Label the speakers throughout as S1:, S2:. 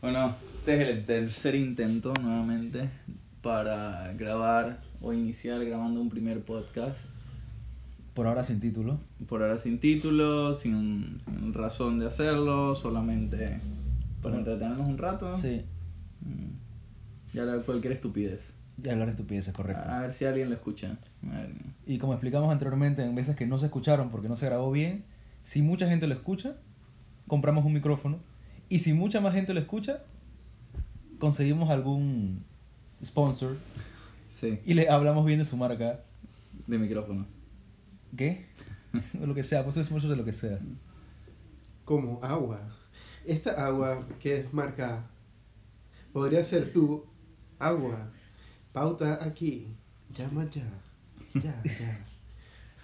S1: Bueno, este es el tercer intento nuevamente para grabar o iniciar grabando un primer podcast.
S2: Por ahora sin título.
S1: Por ahora sin título, sin sin razón de hacerlo, solamente para entretenernos un rato.
S2: Sí.
S1: Mm. Y hablar cualquier estupidez.
S2: Y hablar de estupideces, correcto.
S1: A ver si alguien lo escucha. A ver.
S2: Y como explicamos anteriormente, en veces que no se escucharon porque no se grabó bien, si mucha gente lo escucha, compramos un micrófono. Y si mucha más gente lo escucha, conseguimos algún sponsor
S1: Sí,
S2: y le hablamos bien de su marca.
S1: de micrófono.
S2: ¿Qué? O lo que sea, pues es sponsor de lo que sea.
S3: como agua. Esta agua que es marca podría ser tu agua. Pauta aquí. Llama ya. Ya, ya.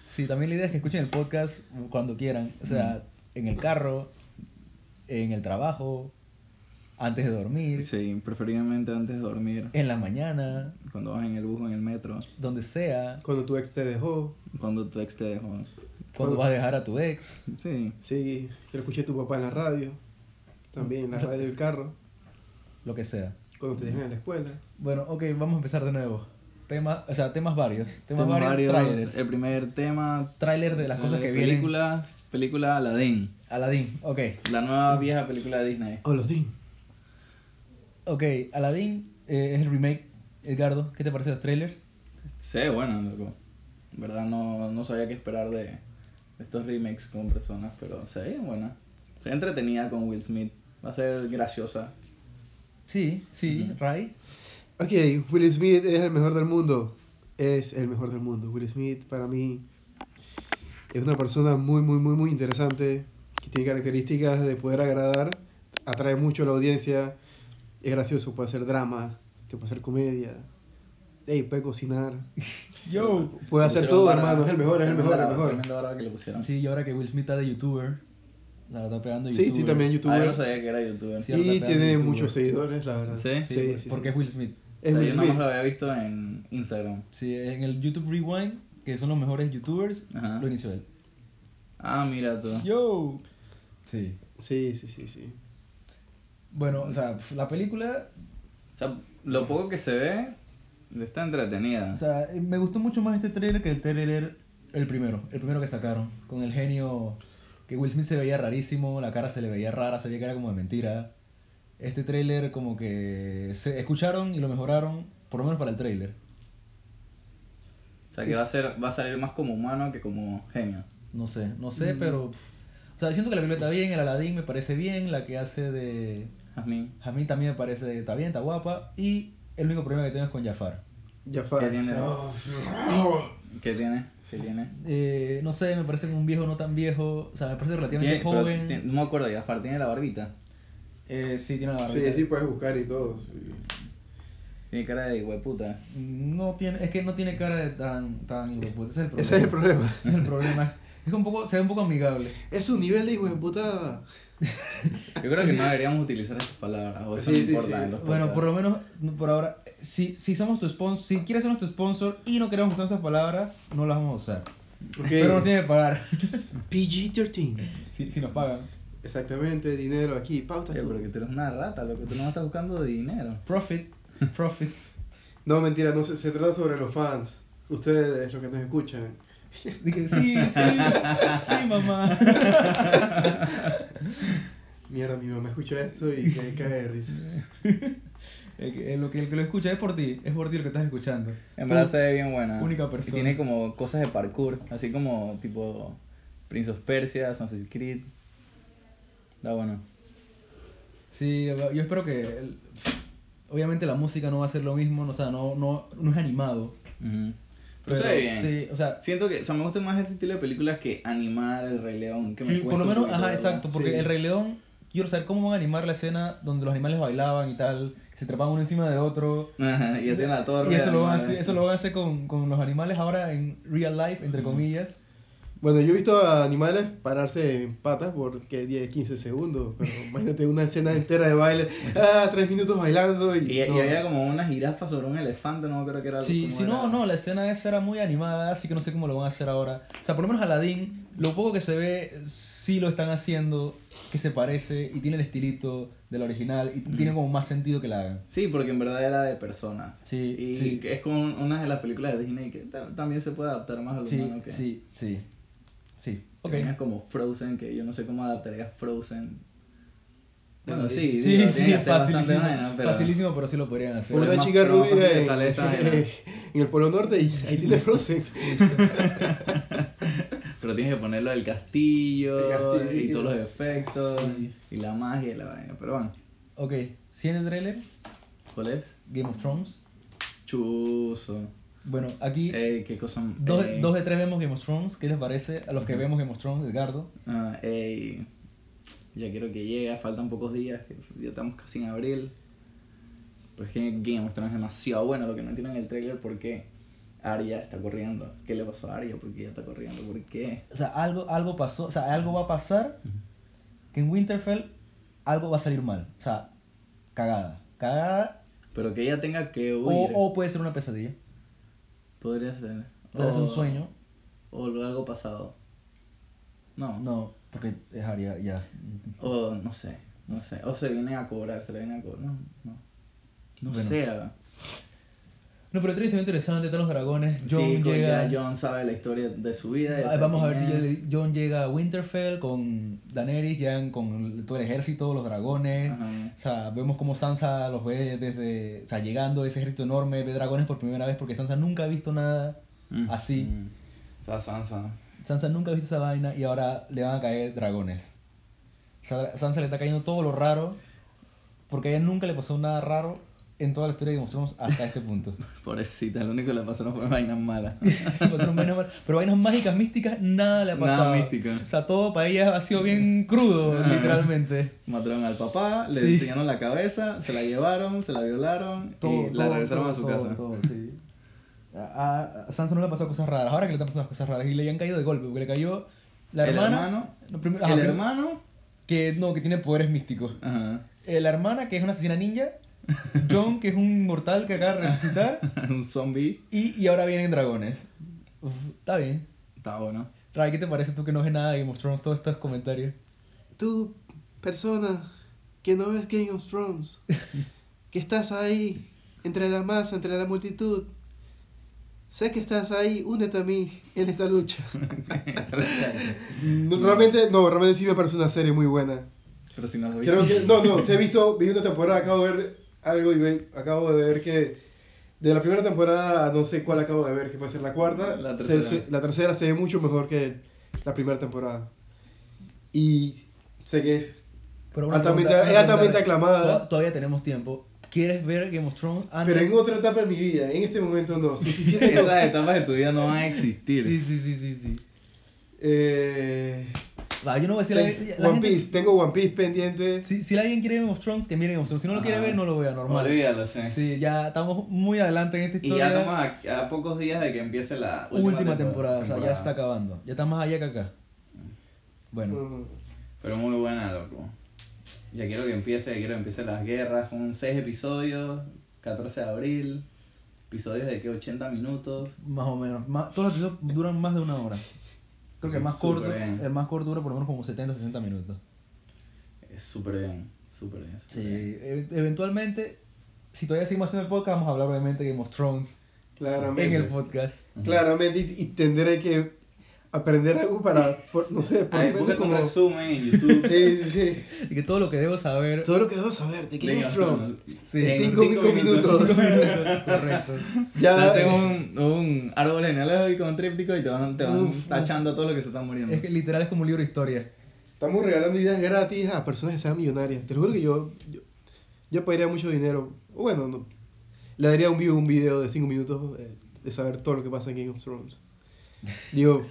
S2: Sí, también la idea es que escuchen el podcast cuando quieran. O sea, en el carro, en el trabajo, antes de dormir,
S1: Sí, preferiblemente antes de dormir.
S2: en la mañana,
S1: Cuando vas en el bus o en el metro.
S2: donde sea,
S3: Cuando tu ex te dejó,
S1: Cuando tu ex te dejó.
S2: cuando vas a dejar a tu ex.
S1: Sí.
S3: sí, que lo escuché a tu papá en la radio, también en la radio del carro,
S2: lo que sea.
S3: cuando te dejan en la escuela.
S2: Bueno, ok, vamos a empezar de nuevo. Tema, o sea, temas varios. Temas,
S1: Temas
S2: varios,
S1: varios.
S2: trailers.
S1: El primer tema.
S2: Trailer de las cosas que vienen.
S1: película, Película Aladdin.
S2: Aladdin, ok.
S1: La nueva vieja película de Disney.
S3: Olodín.
S2: Ok, Aladdin eh, es el remake. Edgardo, ¿qué te parece los trailers?
S1: Sí, bueno, loco. En verdad no, no sabía qué esperar de de estos remakes con personas, pero se ve buena. Se ve entretenida con Will Smith. Va a ser graciosa.
S2: Sí, sí, Ray.
S3: Ok, Will Smith es el mejor del mundo. Es el mejor del mundo. Will Smith para mí es una persona muy, muy, muy, muy interesante. Que tiene características de poder agradar. Atrae mucho a la audiencia. Es gracioso, puede hacer drama, te puede hacer comedia. Ey, puede cocinar.
S2: Yo.
S3: Puede hacer
S1: Pusieron
S3: todo,
S1: barba-
S3: hermano. Es el mejor, es el mejor,
S1: tremenda
S3: es el
S1: barba-
S3: mejor.
S1: tremenda barba que le pusieron. Ah,
S2: Sí, y ahora que Will Smith está de youtuber. La verdad, pegando youtuber.
S3: Sí, sí, también
S1: Ah, yo no
S3: youtuber.
S1: sabía que era youtuber.
S2: Sí,
S3: Y
S2: ahora
S3: tiene
S2: también
S3: muchos
S2: youtuber.
S3: seguidores, la verdad.
S1: ¿Sí?
S2: Sí, pues,
S3: sí, sí,
S2: porque
S3: sí.
S2: es Will Smith.
S1: O
S3: Es
S1: sea,
S3: Will
S1: yo nada más
S3: Smith.
S1: lo había visto en Instagram.
S2: Sí, en el YouTube Rewind, que son los mejores youtubers,
S1: Ajá.
S2: lo inició él.
S1: Ah, mira tú.
S2: Yo. Sí.
S3: Sí, sí, sí, sí.
S2: Bueno, o sea, pf, la película
S1: O sea, lo poco que se ve está entretenida.
S2: O sea, eh, me gustó mucho más este trailer que el trailer el primero, el primero que sacaron, con el genio que Will Smith se veía rarísimo, la cara se le veía rara, se veía que era como de mentira. Este trailer como que se escucharon y lo mejoraron, por lo menos para el trailer.
S1: O sea, que va a, ser, va a salir más como humano que como genio.
S2: No sé, no sé,
S1: Mm.
S2: pero pff, o sea, siento que la película está bien, el Aladdin me parece bien, la que hace de
S1: Jasmine.
S2: a mí también me parece está bien, está guapa y el único problema que tengo es con Jafar.
S1: ¿Qué
S3: Jafar.
S1: tiene?
S3: Oh,
S1: ¿Qué tiene? ¿Qué tiene?
S2: Eh, no sé, me parece como un viejo no tan viejo, o sea, me parece relativamente
S1: Tiene- pero
S2: joven.
S1: tiene- no me acuerdo, Jafar tiene la barbita.
S2: Eh, sí, tiene la barbita.
S3: Sí, sí, puedes buscar y todo. sí.
S1: Tiene cara de hueputa.
S2: No tiene, es que no tiene cara de tan, tan hijo de puta, Ese es el problema.
S3: Ese es el problema.
S2: Ese es el problema. Es un poco, se ve un poco amigable.
S3: Es un nivel de hijo de putada.
S1: Yo creo que no deberíamos utilizar esas palabras, o eso
S3: Sí,
S1: no
S3: sí,
S1: importa
S3: sí.
S1: en los
S2: Bueno,
S1: podcasts.
S2: por lo menos, no, por ahora, si, si somos tu sponsor, si quieres ser nuestro sponsor y no queremos usar esas palabras, no las vamos a usar. Pero nos tienen que pagar.
S3: PG-13.
S2: si, si nos pagan.
S3: Exactamente, dinero aquí, pauta.
S1: Oye,
S3: tú.
S1: pero que tú eres una rata, lo que tú no estás buscando de dinero.
S2: Profit, profit.
S3: No, mentira, no se, se trata sobre los fans. Ustedes, los que nos escuchan.
S2: Dije, sí, sí, sí, mamá.
S3: Mierda, mi mamá escucha esto y que cae de risa.
S2: El que, el que- el que lo escucha es por ti, es por ti lo que estás escuchando.
S1: En
S2: Tú-
S1: verdad se ve bien buena.
S2: única persona.
S1: Y tiene como cosas de parkour, así como tipo Prince of Persia, Assassin's Creed. Está bueno.
S2: Sí, yo espero que. el- obviamente la música no va a ser lo mismo, no, o sea, no, no, no es animado.
S1: Ujú. Pero, se ve bien.
S2: Sí, o sea,
S1: Siento que, o sea, me gusta más este estilo de películas que animar el Rey León. Que me
S2: sí, por
S1: cuesta
S2: lo
S1: un
S2: menos,
S1: poquito
S2: ajá,
S1: verlo.
S2: exacto, porque
S3: Sí.
S2: el Rey León, quiero saber cómo van a animar la escena donde los animales bailaban y tal, que se trepaban uno encima de otro.
S1: Ajá, y hacen la torre.
S2: Y eso lo, van a
S1: animada.
S2: hacer, eso lo van a hacer con, con los animales ahora en real life, entre comillas.
S3: Bueno, yo he visto a animales pararse en patas porque 10, 15 segundos. Pero imagínate una escena entera de baile. Ah, tres minutos bailando y.
S1: Y, y
S3: no.
S1: había como una jirafa sobre un elefante, no creo que era
S2: Sí,
S1: cómo
S2: si no,
S1: era.
S2: no, la escena esa era muy animada, así que no sé cómo lo van a hacer ahora. O sea, por lo menos Aladdin, lo poco que se ve, sí lo están haciendo, que se parece y tiene el estilito, de la original y tiene como más sentido que la hagan.
S1: Sí, porque en verdad era de persona.
S2: Sí,
S1: Y
S2: sí.
S1: que es como un- una de las películas de Disney que ta- también se puede adaptar más a lo
S2: Sí,
S1: humano que.
S2: sí, sí. Sí, ok.
S1: Okay. como Frozen, que yo no sé cómo adaptaría Frozen. Bueno,
S2: Bueno,
S1: sí,
S2: sí,
S1: digo,
S2: sí,
S1: tiene que hacer bastante
S2: facilísimo,
S1: vaina, pero-
S2: facilísimo, pero sí lo podrían hacer.
S1: Pero
S3: una
S1: es más-
S3: chica
S1: pero más fácil
S3: rubia
S1: que
S3: en,
S1: sale esta vaina.
S3: en el Polo Norte y ahí tiene Frozen.
S1: Pero tienes que ponerlo del castillo,
S3: El castillo.
S1: y todos los efectos
S2: Sí.
S1: y la magia y la vaina. Pero bueno,
S2: Ok, siguiente trailer,
S1: ¿cuál es?
S2: Game of Thrones.
S1: Chuzo.
S2: Bueno, aquí
S1: Ey, qué cosa.
S2: dos,
S1: ey.
S2: dos de tres vemos Game of Thrones. ¿Qué les parece a los que vemos Game of Thrones, Edgardo?
S1: Ah, ey. Ya quiero que llegue, faltan pocos días, que ya estamos casi en abril. Pero es que Game of Thrones es demasiado bueno, lo que no entiendo en el trailer porque Arya está corriendo. ¿Qué le pasó a Arya? ¿Por qué ella está corriendo? ¿Por qué?
S2: O sea, algo, algo pasó, o sea, algo va a pasar que en Winterfell algo va a salir mal. O sea, cagada. Cagada.
S1: Pero que ella tenga que
S2: O,
S1: huir.
S2: o puede ser una pesadilla.
S1: Podría ser.
S2: Podría ser un
S1: O-
S2: sueño.
S1: O algo pasado. No.
S2: No, porque es Arya, ya.
S1: O no sé. No sé. O se viene a cobrar, se le viene a cobrar. No, no. No
S2: Bueno.
S1: sé. ah.
S2: No, pero el trailer se ve interesante, están los dragones. John
S1: sí, con-
S2: llega.
S1: ya John sabe la historia de su vida. ya
S2: Ah,
S1: sabe
S2: Vamos a ver
S1: quién
S2: si
S1: es.
S2: Jon- John llega a Winterfell con Daenerys, llegan con todo el ejército, los dragones.
S1: Ajá.
S2: O sea, vemos como Sansa los ve desde, o sea, llegando ese ejército enorme, ve dragones por primera vez porque Sansa nunca ha visto nada
S1: Mm.
S2: así.
S1: Mm. O sea, Sansa.
S2: Sansa nunca ha visto esa vaina y ahora le van a caer dragones. O sea, Sansa le está cayendo todo lo raro porque a ella nunca le pasó nada raro en toda la historia que mostramos hasta este punto.
S1: Pobrecita, lo único que le pasaron fue vainas malas.
S2: Pasaron vainas mal- pero vainas mágicas, místicas, nada le ha
S1: Nada
S2: pasado.
S1: místico.
S2: O sea, todo para ella ha sido bien crudo, literalmente.
S1: Mataron al papá, le
S2: Sí.
S1: enseñaron la cabeza, se la llevaron, se la violaron y la regresaron a su
S2: todo,
S1: casa.
S2: todo, sí. A, a Sansa no le ha pasado cosas raras, ahora que le están pasando las cosas raras y le han caído de golpe, porque le cayó la
S1: el
S2: hermana.
S1: hermano.
S2: no, primero- ajá,
S1: El
S2: primero-
S1: hermano.
S2: Que no, que tiene poderes místicos.
S1: Ajá.
S2: Eh, la hermana, que es una asesina ninja. John, que es un inmortal que acaba de resucitar.
S1: Un zombie.
S2: Y, y ahora vienen dragones. Uf, está bien.
S1: Está bueno.
S2: Ray, ¿qué te parece tú que no ves nada de Game of Thrones? Todos estos comentarios.
S3: Tú, persona que no ves Game of Thrones, que estás ahí, entre la masa, entre la multitud, sé que estás ahí, únete a mí en esta lucha. No, realmente, no, realmente sí me parece una serie muy buena.
S1: Pero si no lo vi.
S3: Creo que, no, no, sí he visto, vi una temporada, acabo de ver algo y ve- acabo de ver que de la primera temporada, no sé cuál acabo de ver, que puede ser la cuarta,
S1: La
S3: se-
S1: tercera.
S3: se- la tercera se ve mucho mejor que la primera temporada. Y sé que es
S2: Pero
S3: Altamente-
S2: pregunta-
S3: es altamente
S2: pregunta,
S3: aclamada.
S2: to- Todavía tenemos tiempo. ¿Quieres ver Game of Thrones Ah, antes?
S3: Pero en otra etapa de mi vida, en este momento no. Suficiente. con-
S1: Esas etapas de tu vida no van a existir.
S2: Sí, sí, sí, sí, sí.
S3: eh,
S2: Va, yo no voy a decir
S3: ten- One Piece, tengo One Piece pendiente.
S2: Si, si alguien quiere Game of Thrones, que mire Game of Thrones. Si no lo
S3: Ah.
S2: quiere
S1: Ajá.
S2: ver, no lo vea, normal.
S1: Olvídalo, sí.
S2: Sí, ya estamos muy adelante en esta
S1: Y
S2: historia.
S1: ya estamos a, a pocos días de que empiece la última,
S2: última, temporada, o sea, ya está acabando. Ya está más allá que acá. Bueno,
S3: No, no.
S1: Pero muy buena, loco. Ya quiero que empiece, ya quiero que empiecen las guerras. Son seis episodios, 14 de abril. Episodios de que 80 minutos.
S2: más o menos. Más- todos los episodios duran más de una hora. Creo que el más
S1: Súper
S2: corto,
S1: bien.
S2: el más corto dura por lo menos como 70, 60 minutos.
S1: Es súper bien, súper bien. súper
S2: Sí,
S1: bien.
S2: e- eventualmente, si todavía seguimos haciendo el podcast, vamos a hablar obviamente de Game of Thrones en el
S3: Claramente.
S2: podcast.
S3: Claramente, y, y tendré que aprender algo para, por- no sé, por
S1: Ahí
S3: lo menos
S1: busca un
S3: como...
S1: resumen en YouTube.
S3: Sí, sí, sí.
S2: Y que todo lo que debo saber.
S3: Todo lo que debo saber de Game
S1: Game
S3: of
S1: of
S3: Thrones.
S1: Thrones.
S2: Sí,
S3: En
S1: En
S3: cinco
S1: cinco
S3: minutos.
S2: Cinco minutos, correcto.
S1: Te
S3: Ya,
S1: hacen un, un árbol genealógico, un tríptico y te van, te van
S2: Uf, uf.
S1: tachando todo lo que se está muriendo.
S2: Es que literal es como un libro de historia.
S3: estamos regalando ideas gratis a personas que sean millonarias. Te lo juro que yo, yo, yo pagaría mucho dinero. O Bueno, no. Le daría un view a un video de 5 minutos eh, de saber todo lo que pasa en Game of Thrones. Digo,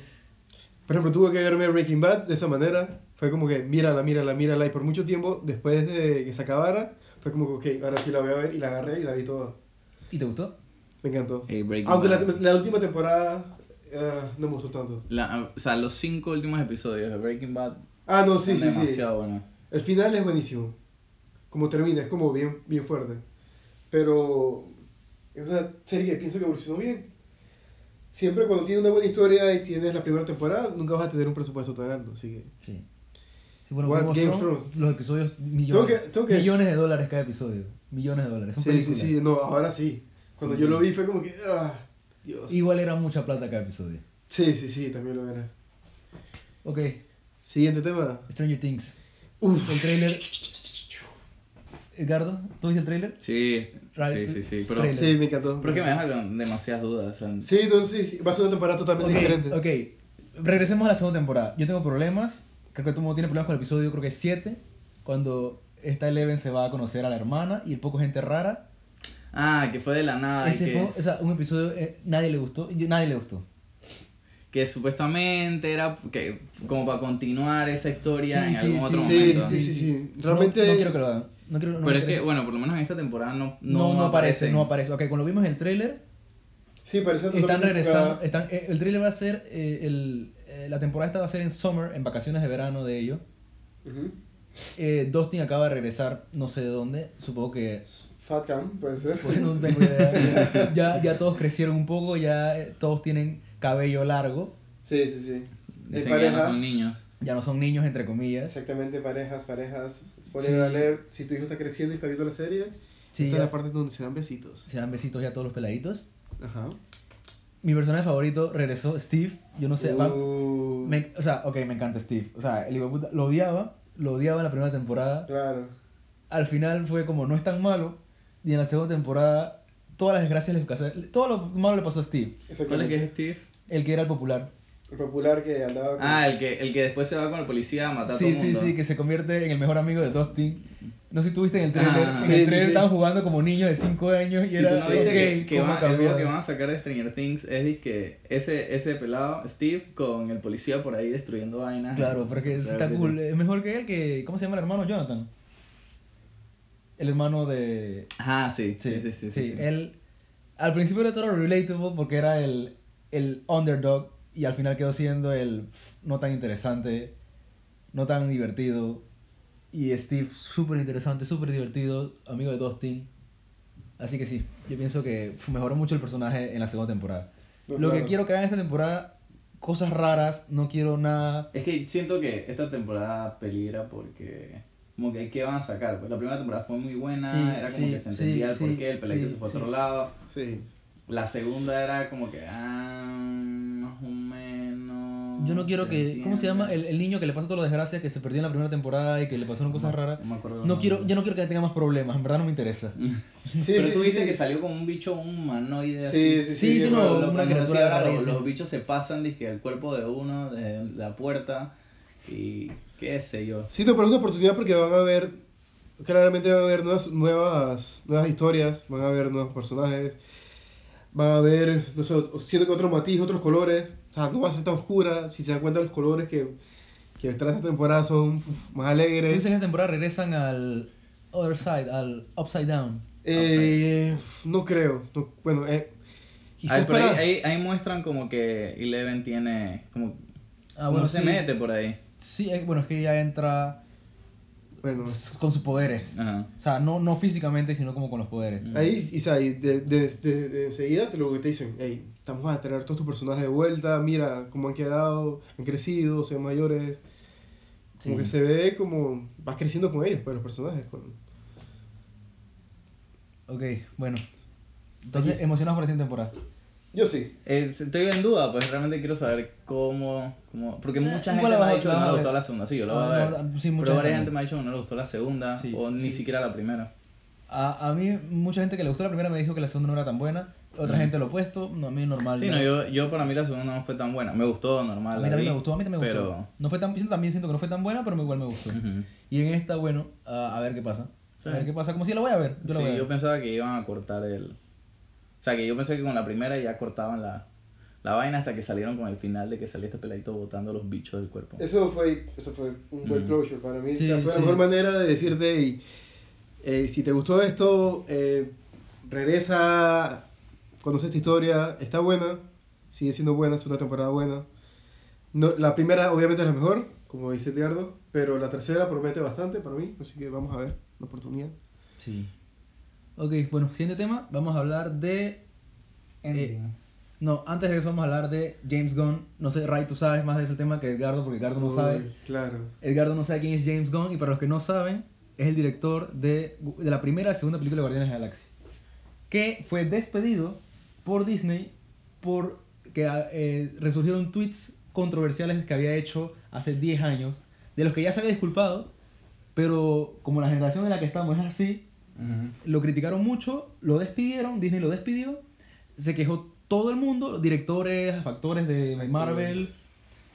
S3: por ejemplo, tuve que verme Breaking Bad de esa manera. Fue como que mírala, mírala, mírala. Y por mucho tiempo, después de que se acabara, fue como que, ok, ahora sí la voy a ver. Y la agarré y la vi toda.
S2: ¿Y te gustó?
S3: Me encantó.
S1: Hey, Breaking
S3: Aunque la,
S1: Bad.
S3: la última temporada eh, no me gustó tanto.
S1: La- o sea, los cinco últimos episodios de Breaking Bad
S3: Ah, no, sí,
S1: son
S3: sí, sí.
S1: demasiado buenos.
S3: El final es buenísimo. Como termina, es como bien, bien fuerte. Pero es una serie que pienso que evolucionó bien. Siempre cuando tienes una buena historia y tienes la primera temporada, nunca vas a tener un presupuesto tan alto. Así que
S2: Sí. Sí, bueno,
S3: What,
S2: Game of
S3: Game of
S2: Thrones,
S3: Thrones.
S2: los episodios
S3: Tengo
S2: millones,
S3: que- tengo que-
S2: millones de dólares cada episodio. Millones de dólares. Son
S3: Sí, sí,
S2: películas.
S3: sí, no, ahora sí. Cuando yo lo vi fue como que, ah, Dios.
S2: Igual era mucha plata cada episodio.
S3: Sí, sí, sí, también lo era.
S2: Ok,
S3: Siguiente tema.
S2: Stranger Things.
S3: Uf.
S2: El tráiler. Edgardo, ¿tú viste el tráiler?
S1: Sí,
S2: Right.
S1: sí, sí, sí. Pero,
S2: Trailer.
S3: Sí, me encantó.
S1: pero es que me deja con demasiadas dudas. o sea,
S3: Sí, no, sí, sí, va a ser una temporada totalmente diferente.
S2: Ok, ok. regresemos a la segunda temporada. Yo tengo problemas. Creo que todo el mundo tiene problemas con el episodio, creo que es 7. Cuando esta Eleven se va a conocer a la hermana y poco gente rara.
S1: Ah, que fue de la nada. y
S2: Ese
S1: que,
S2: fue, o sea, un episodio, eh, nadie le gustó. yo- nadie le gustó.
S1: que supuestamente era que, como para continuar esa historia en algún otro
S3: sí,
S1: momento.
S3: sí, sí, sí.
S2: No-
S3: Realmente-
S2: No, quiero que lo hagan. No quiero, no me
S1: Pero es que,
S2: interesa.
S1: bueno, por lo menos en esta temporada no,
S2: no, no aparece,
S1: aparecen.
S2: no aparece. Ok, cuando lo vimos en el tráiler,
S3: Sí, parece
S2: están
S3: totalmente
S2: regresando,
S3: enfocada.
S2: están, eh, el tráiler va a ser, eh, el, eh, la temporada esta va a ser en summer, en vacaciones de verano de ellos.
S3: Ujú.
S2: Eh, Dustin acaba de regresar, no sé de dónde, supongo que
S3: Fat Cam, puede ser.
S2: pues, no tengo idea. Ya, ya todos crecieron un poco, ya eh, todos tienen cabello largo,
S3: Sí, sí, sí. Hay
S1: Dicen que ya no son niños.
S2: ya no son niños entre comillas.
S3: Exactamente, parejas, parejas. Spoiler
S2: Sí.
S3: alert, si tu hijo está creciendo y está viendo la serie,
S2: Sí,
S3: esta es
S2: ya
S3: la parte donde se dan besitos.
S2: se dan besitos ya todos los peladitos.
S3: Ajá.
S2: Mi personaje favorito regresó, Steve, yo no sé, va-
S3: Uh,
S2: me- o sea, ok, me encanta Steve, o sea, el hijo de puta, lo odiaba, lo odiaba en la primera temporada,
S3: Claro.
S2: al final fue como no es tan malo, y en la segunda temporada todas las desgracias le pasó, todo lo malo le pasó a Steve,
S1: ¿Cuál es
S3: Exactamente.
S1: que es Steve?
S2: el que era el popular.
S3: El popular que andaba con...
S1: Ah, el que, el que después se va con el policía a matar a
S2: Sí,
S1: todo el
S2: sí,
S1: mundo.
S2: sí, que se convierte en el mejor amigo de Dustin. No sé si tuviste en el trailer.
S1: Ah.
S2: en
S3: Sí,
S2: el
S3: sí,
S2: trailer
S3: sí.
S2: estaban jugando como niños de 5 años y
S1: Si
S2: era.
S1: tú no viste
S2: ok,
S1: que, que
S2: ¿cómo
S1: van- el video
S2: cambió?
S1: que van a sacar de Stranger Things es que ese, ese pelado, Steve, con el policía por ahí destruyendo vainas.
S2: Claro, pero es que
S1: O sea,
S2: está cool. Es mejor que él que. ¿Cómo se llama el hermano Jonathan? El hermano de.
S1: Ah, sí, sí, sí, sí. sí, sí.
S2: Él. Al principio era todo relatable porque era el, el underdog y al final quedó siendo el pff, no tan interesante, no tan divertido. Y Steve, súper interesante, súper divertido, amigo de Dustin. Así que sí, yo pienso que pff, mejoró mucho el personaje en la segunda temporada.
S3: No,
S2: Lo que
S3: claro.
S2: quiero que hagan esta temporada, cosas raras, no quiero nada.
S1: Es que siento que esta temporada peligra porque como que qué van a sacar. Pues la primera temporada fue muy buena,
S2: Sí,
S1: era como
S2: sí,
S1: que se
S2: sí,
S1: entendía el
S2: sí,
S1: porqué, el peladito
S2: sí,
S1: se fue a
S2: sí.
S1: otro lado.
S3: Sí.
S1: La segunda era como que ah, más o menos.
S2: Yo no quiero
S1: se
S2: que. ¿Cómo se llama?
S1: entiende.
S2: El, el niño que le pasó todas las desgracias, que se perdió en la primera temporada y que le pasaron cosas
S1: No,
S2: raras.
S1: No, me acuerdo el
S2: No quiero,
S1: nombre.
S2: yo no quiero que tenga más problemas, en verdad no me interesa.
S3: Sí,
S1: Pero
S3: sí,
S1: tú
S3: sí,
S1: viste
S3: sí.
S1: que salió como un bicho humanoide
S3: Sí,
S1: así.
S3: sí, sí.
S2: Sí, sí, no,
S3: yo creo.
S1: Pero lo-
S2: una
S1: no sé,
S2: criatura
S1: ahora lo- los,
S2: rarísima.
S1: bichos se pasan dizque el cuerpo de uno de la puerta y qué sé yo.
S3: Sí, no, pero es una oportunidad porque van a haber, claramente van a haber nuevas, nuevas, nuevas historias, van a haber nuevos personajes, van a haber, no sé, o- siento que otro matiz, otros colores, o sea, no va a ser tan oscura, si se dan cuenta los colores que, que trae esta temporada son uf, más alegres.
S2: Entonces en esta temporada regresan al other side, al upside down.
S3: Eh, no creo, no- bueno, eh, quizás
S1: Ay, pero
S3: para-
S1: ahí, ahí, ahí muestran como que Eleven tiene como
S2: Ah, bueno,
S1: no
S2: sí.
S1: se mete por ahí.
S2: Sí, eh, bueno, es que ella entra
S3: bueno,
S2: s- con sus poderes.
S1: Ajá.
S2: O sea, no, no físicamente, sino como con los poderes.
S1: Mm.
S3: ahí, Isa, y de, de- de- de enseguida te lo que te dicen, hey, estamos a traer todos tus personajes de vuelta, mira cómo han quedado, han crecido, se ven mayores.
S2: Sí.
S3: Como que se ve como vas creciendo con ellos, pues los personajes. Con...
S2: Ok, bueno. Entonces, emocionados por la siguiente temporada.
S3: Yo sí.
S1: Eh, estoy en duda, pues realmente quiero saber cómo, cómo porque
S2: Eh,
S1: mucha
S2: igual
S1: gente
S2: la
S1: me
S2: vas
S1: ha
S2: a-
S1: dicho
S2: la
S1: que no
S2: vas a
S1: le
S2: ver.
S1: gustó la segunda, sí, yo la voy
S2: Ah,
S1: a
S2: no,
S1: ver.
S2: sí, mucha
S1: pero varias
S2: gente
S1: gente me ha dicho que no le gustó la segunda
S2: Sí,
S1: o ni
S2: sí.
S1: siquiera la primera.
S2: A, a mí, mucha gente que le gustó la primera me dijo que la segunda no era tan buena. Otra
S1: Mm.
S2: gente lo opuesto. No, a mí normal.
S1: Sí, no, yo, yo para mí la segunda no fue tan buena. Me gustó normal.
S2: A
S1: la
S2: mí también
S1: vi,
S2: me gustó, a mí también me
S1: pero...
S2: gustó. No fue tan, yo también siento que no fue tan buena, pero igual me gustó.
S1: Ujú.
S2: Y en esta, bueno, a, a ver qué pasa.
S1: Sí.
S2: A ver qué pasa. Como si la voy a ver. Yo la voy
S1: sí,
S2: a ver.
S1: yo pensaba que iban a cortar el. O sea, que yo pensé que con la primera ya cortaban la, la vaina hasta que salieron con el final de que salía este peladito botando los bichos del cuerpo.
S3: Eso fue, eso fue un buen
S1: Mm.
S3: closure para mí.
S2: Sí,
S3: O sea, fue la
S2: sí.
S3: mejor manera de decirte, "Ey, eh, si te gustó esto, eh, regresa, conoce esta historia, está buena, sigue siendo buena, es una temporada buena. No, la primera obviamente es la mejor, como dice Edgardo, pero la tercera promete bastante para mí, así que vamos a ver la oportunidad.
S2: Sí. Ok, bueno, siguiente tema. Vamos a hablar de. eh, No, antes de eso vamos a hablar de James Gunn. No sé, Ray, tú sabes más de ese tema que Edgardo, porque Edgardo no
S3: Uy,
S2: sabe.
S3: Claro.
S2: Edgardo no sabe quién es James Gunn, y para los que no saben, es el director de, de la primera y segunda película de Guardianes de la Galaxia. Que fue despedido por Disney por que eh, resurgieron tweets controversiales que había hecho hace 10 años, de los que ya se había disculpado, pero como la generación en la que estamos es así,
S1: Ujú.
S2: lo criticaron mucho, lo despidieron, Disney lo despidió, se quejó todo el mundo, los directores, factores de Marvel,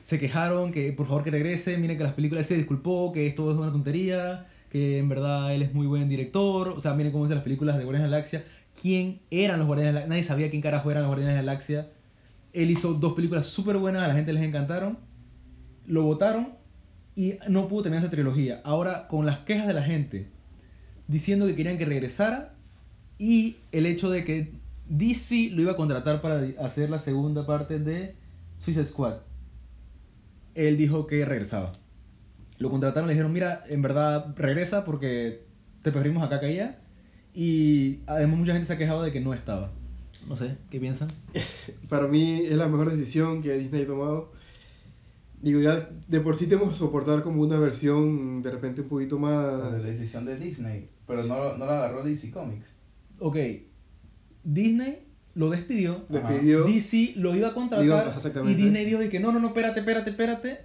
S2: se quejaron que por favor que regrese, miren que las películas, él se disculpó, que esto es una tontería, que en verdad él es muy buen director, o sea, miren cómo hacen las películas de Guardianes de la Galaxia, quién eran los Guardianes de la Galaxia, nadie sabía quién carajo eran los Guardianes de la Galaxia, él hizo dos películas súper buenas, a la gente les encantaron, lo votaron y no pudo terminar esa trilogía. Ahora, con las quejas de la gente, diciendo que querían que regresara y el hecho de que DC lo iba a contratar para di- hacer la segunda parte de Suicide Squad. Él dijo que regresaba. Lo contrataron, le dijeron, mira, en verdad regresa porque te preferimos acá que allá. Y además mucha gente se ha quejado de que no estaba. No sé, ¿qué piensan?
S3: Para mí es la mejor decisión que Disney ha tomado. Digo, ya de por sí tenemos que soportar como una versión de repente un poquito
S1: La
S3: más...
S1: decisión de Disney, pero no, no la agarró DC Comics.
S2: Ok, Disney lo despidió.
S3: Le
S1: Ajá.
S3: pidió...
S2: DC lo iba a contratar
S3: Iba- ajá, exactamente.
S2: y Disney dijo de que no, no, no, espérate, espérate, espérate.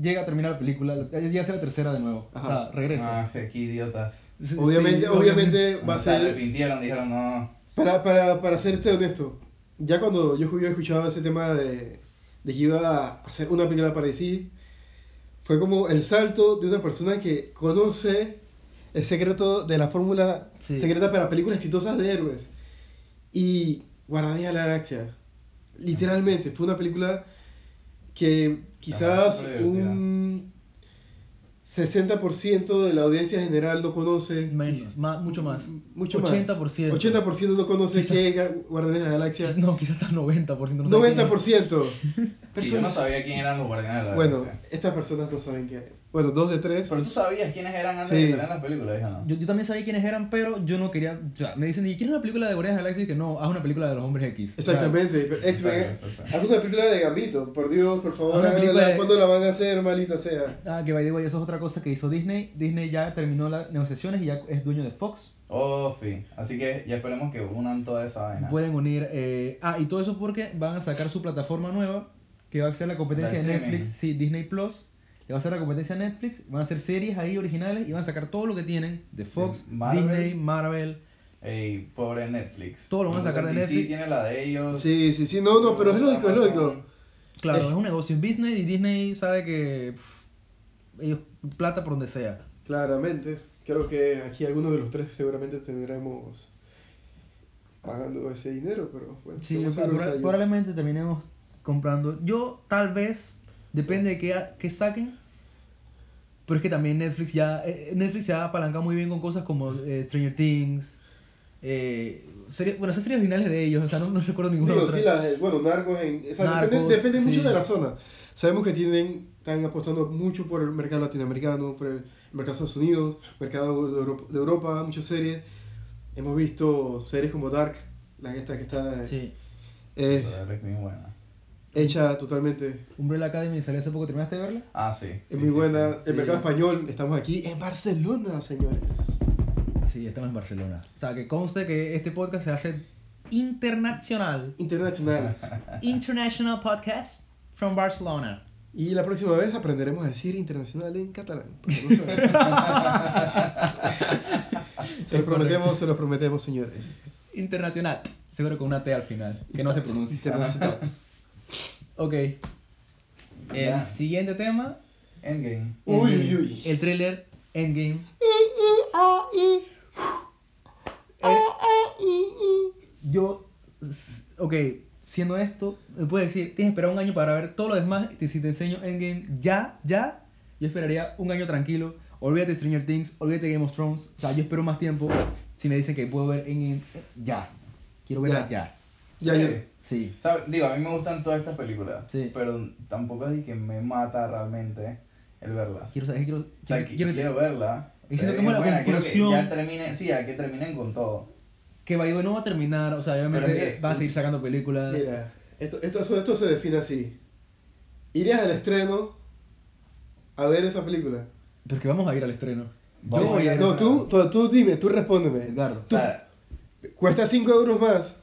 S2: Llega a terminar la película, la- llega a ser la tercera de nuevo.
S3: Ajá.
S2: O sea, regresa.
S1: Ah, qué idiotas.
S2: Sí,
S3: Obviamente,
S2: sí,
S3: obviamente Eh, va a
S1: Se
S3: ser...
S1: arrepintieron, dijeron no.
S3: Para, para, para serte honesto, ya cuando yo había escuchado ese tema de, de que iba a hacer una película para DC, fue como el salto de una persona que conoce el secreto de la fórmula
S2: Sí.
S3: secreta para películas exitosas de héroes. Y Guardianes de la Galaxia, literalmente, fue una película que quizás
S1: súper divertida.
S3: un 60% de la audiencia general no conoce.
S2: Menos, ma- mucho más.
S3: Mucho más.
S2: 80%.
S3: 80% no conoce
S2: Quizá-
S3: que es Guardianes de la Galaxia.
S2: Quizás- No, quizás hasta 90%. No sé
S3: 90%.
S1: Y yo no
S3: Personas-
S1: sabía quién eran los guardianes de la
S3: Bueno,
S1: Galaxia.
S3: estas personas no saben qué. Bueno, dos de tres.
S1: Pero tú sabías quiénes eran antes
S3: Sí.
S1: de tener las películas, dije,
S2: quién es.
S1: no.
S2: Yo, yo también sabía quiénes eran, pero yo no quería. o sea, me dicen, ¿y quieres una película de Guardianes de la Galaxia? Y que no, haz una película de los hombres X. O sea,
S3: Exactamente. pero X-Men.
S1: Exacto, exacto.
S3: Haz una película de Gambito, por Dios, por favor.
S2: Una película
S3: háganla.
S2: de-
S3: ¿Cuándo la van a hacer, malita sea?
S2: Ah, que by the way, eso es otra cosa que hizo Disney. Disney ya terminó las negociaciones y ya es dueño de Fox.
S1: Oh, fin. Así que ya esperemos que unan toda esa vaina.
S2: Pueden unir. eh, ah, y todo eso porque van a sacar su plataforma nueva, que va a ser la competencia
S1: La
S2: de
S1: streaming.
S2: Netflix, sí, Disney Plus. Le va a ser la competencia a Netflix, van a hacer series ahí originales y van a sacar todo lo que tienen de Fox,
S1: De Marvel.
S2: Disney, Marvel.
S1: Ey, pobre Netflix.
S2: Todo lo van a
S1: Entonces,
S2: sacar de
S1: DC
S2: Netflix.
S1: tiene la de ellos.
S3: Sí, sí, sí. No, no, pero es lógico, es lógico.
S2: Claro,
S3: Eh.
S2: es un negocio, es business y Disney sabe que pff, ellos plata por donde sea.
S3: Claramente. Creo que aquí alguno de los tres seguramente tendremos pagando ese dinero, pero bueno.
S2: Sí,
S3: tengo
S2: o sea,
S3: seguro
S2: proba-
S3: que sea yo.
S2: probablemente terminemos comprando. Yo tal vez, depende de qué, qué saquen. Pero es que también Netflix ya eh, Netflix se ha apalancado muy bien con cosas como eh, Stranger Things. eh, serie- bueno, esas series originales de ellos, o sea, no, no recuerdo ninguna
S3: Digo,
S2: otra.
S3: sí, las de- bueno, narcos, en, o sea, depende-
S2: Narcos,
S3: depende, mucho
S2: sí.
S3: de la zona. Sabemos que tienen, están apostando mucho por el mercado latinoamericano, por el mercado de Estados Unidos, mercado de Europa, de Europa, muchas series. Hemos visto series como Dark, la esta que está
S2: Sí.
S3: es
S1: Eso es muy buena.
S3: hecha totalmente.
S2: Umbrella Academy salió hace poco, ¿terminaste de verla?
S1: Ah, sí. sí,
S3: es muy
S1: sí,
S3: buena.
S1: sí.
S3: El mercado
S2: Sí.
S3: español, estamos aquí en Barcelona, señores.
S2: Sí, estamos en Barcelona. O sea, que conste que este podcast se hace internacional.
S3: Internacional.
S2: International Podcast from Barcelona.
S3: Y la próxima vez aprenderemos a decir internacional en catalán. porque no sabemos. se lo prometemos, se lo prometemos, señores.
S2: Internacional. Seguro con una T al final, que no se pronuncia.
S3: Internacional.
S1: Ah.
S2: Ok. El
S1: Ya.
S2: siguiente tema.
S1: Endgame.
S3: Uy,
S2: es
S3: uy, uy.
S2: El thriller
S1: E,
S2: Endgame.
S1: E,
S2: Eh, Yo. s- Ok, siendo esto, me puedes decir, tienes que esperar un año para ver todo lo demás. y Si te enseño Endgame ya, ya, yo esperaría un año tranquilo. Olvídate de Stranger Things, olvídate de Game of Thrones. O sea, yo espero más tiempo si me dicen que puedo ver Endgame eh, ya. Quiero verla
S3: Ya.
S2: ya.
S3: Ya,
S1: Sí.
S3: ya.
S2: Sí.
S1: ¿Sabes? Digo, a mí me gustan todas estas películas.
S2: Sí.
S1: Pero tampoco es de que me mata realmente el verlas.
S2: Quiero saber, quiero.
S1: O sea,
S2: quiero-
S1: que-
S2: quiero-
S1: quiero, verla.
S2: Y
S1: Se ve
S2: siento que como
S1: bien
S2: la
S1: buena, quiero que
S2: conclusión-
S1: ya terminen, sí, ya que terminen con todo.
S2: Que Bayo no va a terminar, o sea, obviamente
S1: Pero es que-
S2: van a seguir sacando películas.
S3: Mira, Esto, esto, esto, esto se define así. ¿Irías al estreno a ver esa película?
S2: Porque vamos a ir al estreno.
S1: Vamos
S3: no,
S1: a ir al
S3: no tú, tú, tú dime, tú respóndeme.
S2: Edgardo.
S1: O sea,
S3: Cuesta 5 euros más.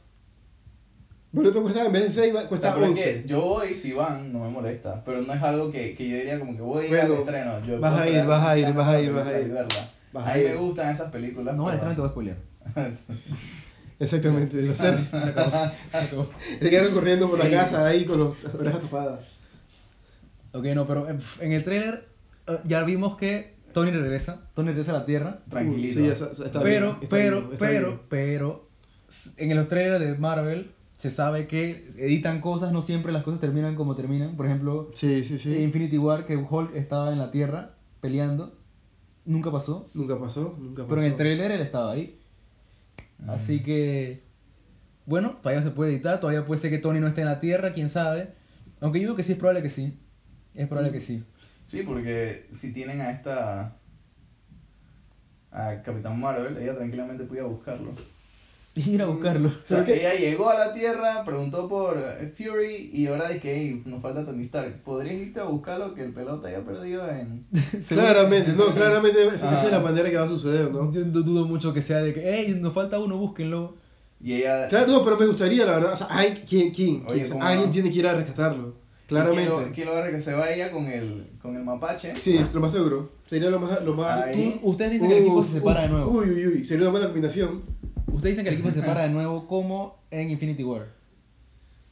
S3: Bueno, te cuesta, en vez de 6,
S1: o sea,
S3: cuesta
S1: pero
S3: 11.
S1: que yo voy, si van, no me molesta. Pero no es algo que, que yo diría como que voy a ir al
S3: Bueno,
S1: estreno. Yo
S3: vas
S1: puedo
S3: a ir,
S1: esperar
S3: vas a ir,
S1: muchas
S3: vas a ir,
S1: películas
S3: vas a ir.
S1: y verla.
S3: Vas
S1: a
S3: a
S1: mí
S3: ir.
S1: me gustan esas películas.
S2: No, al
S1: pero-
S2: estreno te voy a spoilear.
S3: Exactamente. lo sé.
S2: Se acabó. Se acabó.
S3: Le quedaron corriendo por la casa ahí con los- las orejas tapadas.
S2: Ok, no, pero en- en el trailer eh, ya vimos que Tony regresa. Tony regresa a la Tierra.
S1: Tranquilito.
S3: Sí, ya está- está
S2: pero,
S3: bien, está
S2: pero,
S3: bien, está
S2: pero,
S3: bien.
S2: pero, s- en los trailers de Marvel se sabe que editan cosas, no siempre las cosas terminan como terminan. Por ejemplo,
S3: Sí, sí, sí.
S2: Infinity War, que Hulk estaba en la Tierra peleando, nunca pasó.
S3: Nunca pasó, nunca pasó. Mm.
S2: Pero en el trailer él estaba ahí. Así que, bueno, todavía se puede editar, todavía puede ser que Tony no esté en la Tierra, quién sabe. Aunque yo digo que sí, es probable que sí. Es
S3: Mm.
S2: probable que sí.
S1: Sí, porque si tienen a esta. a Capitán Marvel, ella tranquilamente puede ir a buscarlo.
S2: Ir a buscarlo.
S1: O sea,
S3: Creo que-
S1: ella llegó a la Tierra, preguntó por eh, Fury y ahora dice que "Ey, nos falta Tony Stark. ¿Podrías irte a buscarlo que el pelota haya perdido en.
S3: Claramente, no, claramente esa, esa es la
S1: Ah.
S3: manera que va a suceder,
S2: Yo
S3: ¿no?
S2: du- dudo mucho que sea de que, hey, nos falta uno, búsquenlo.
S1: Y ella.
S3: Claro, no, pero me gustaría, la verdad. O sea, hay, ¿quién, quién?
S1: Oye,
S3: quién? O sea,
S1: ¿cómo
S3: alguien
S1: no?
S3: tiene que ir a rescatarlo.
S1: ¿Quién
S3: Claramente.
S1: lo, quién lo va a que se vaya con el, con el mapache?
S3: Sí, lo más seguro. Sería lo más. Lo más
S1: Ahí.
S2: Tú- Ustedes dicen que el equipo se separa de nuevo.
S3: Uy, uy, uy. Sería una buena combinación.
S2: Ustedes dicen que el equipo se separa de nuevo como en Infinity War.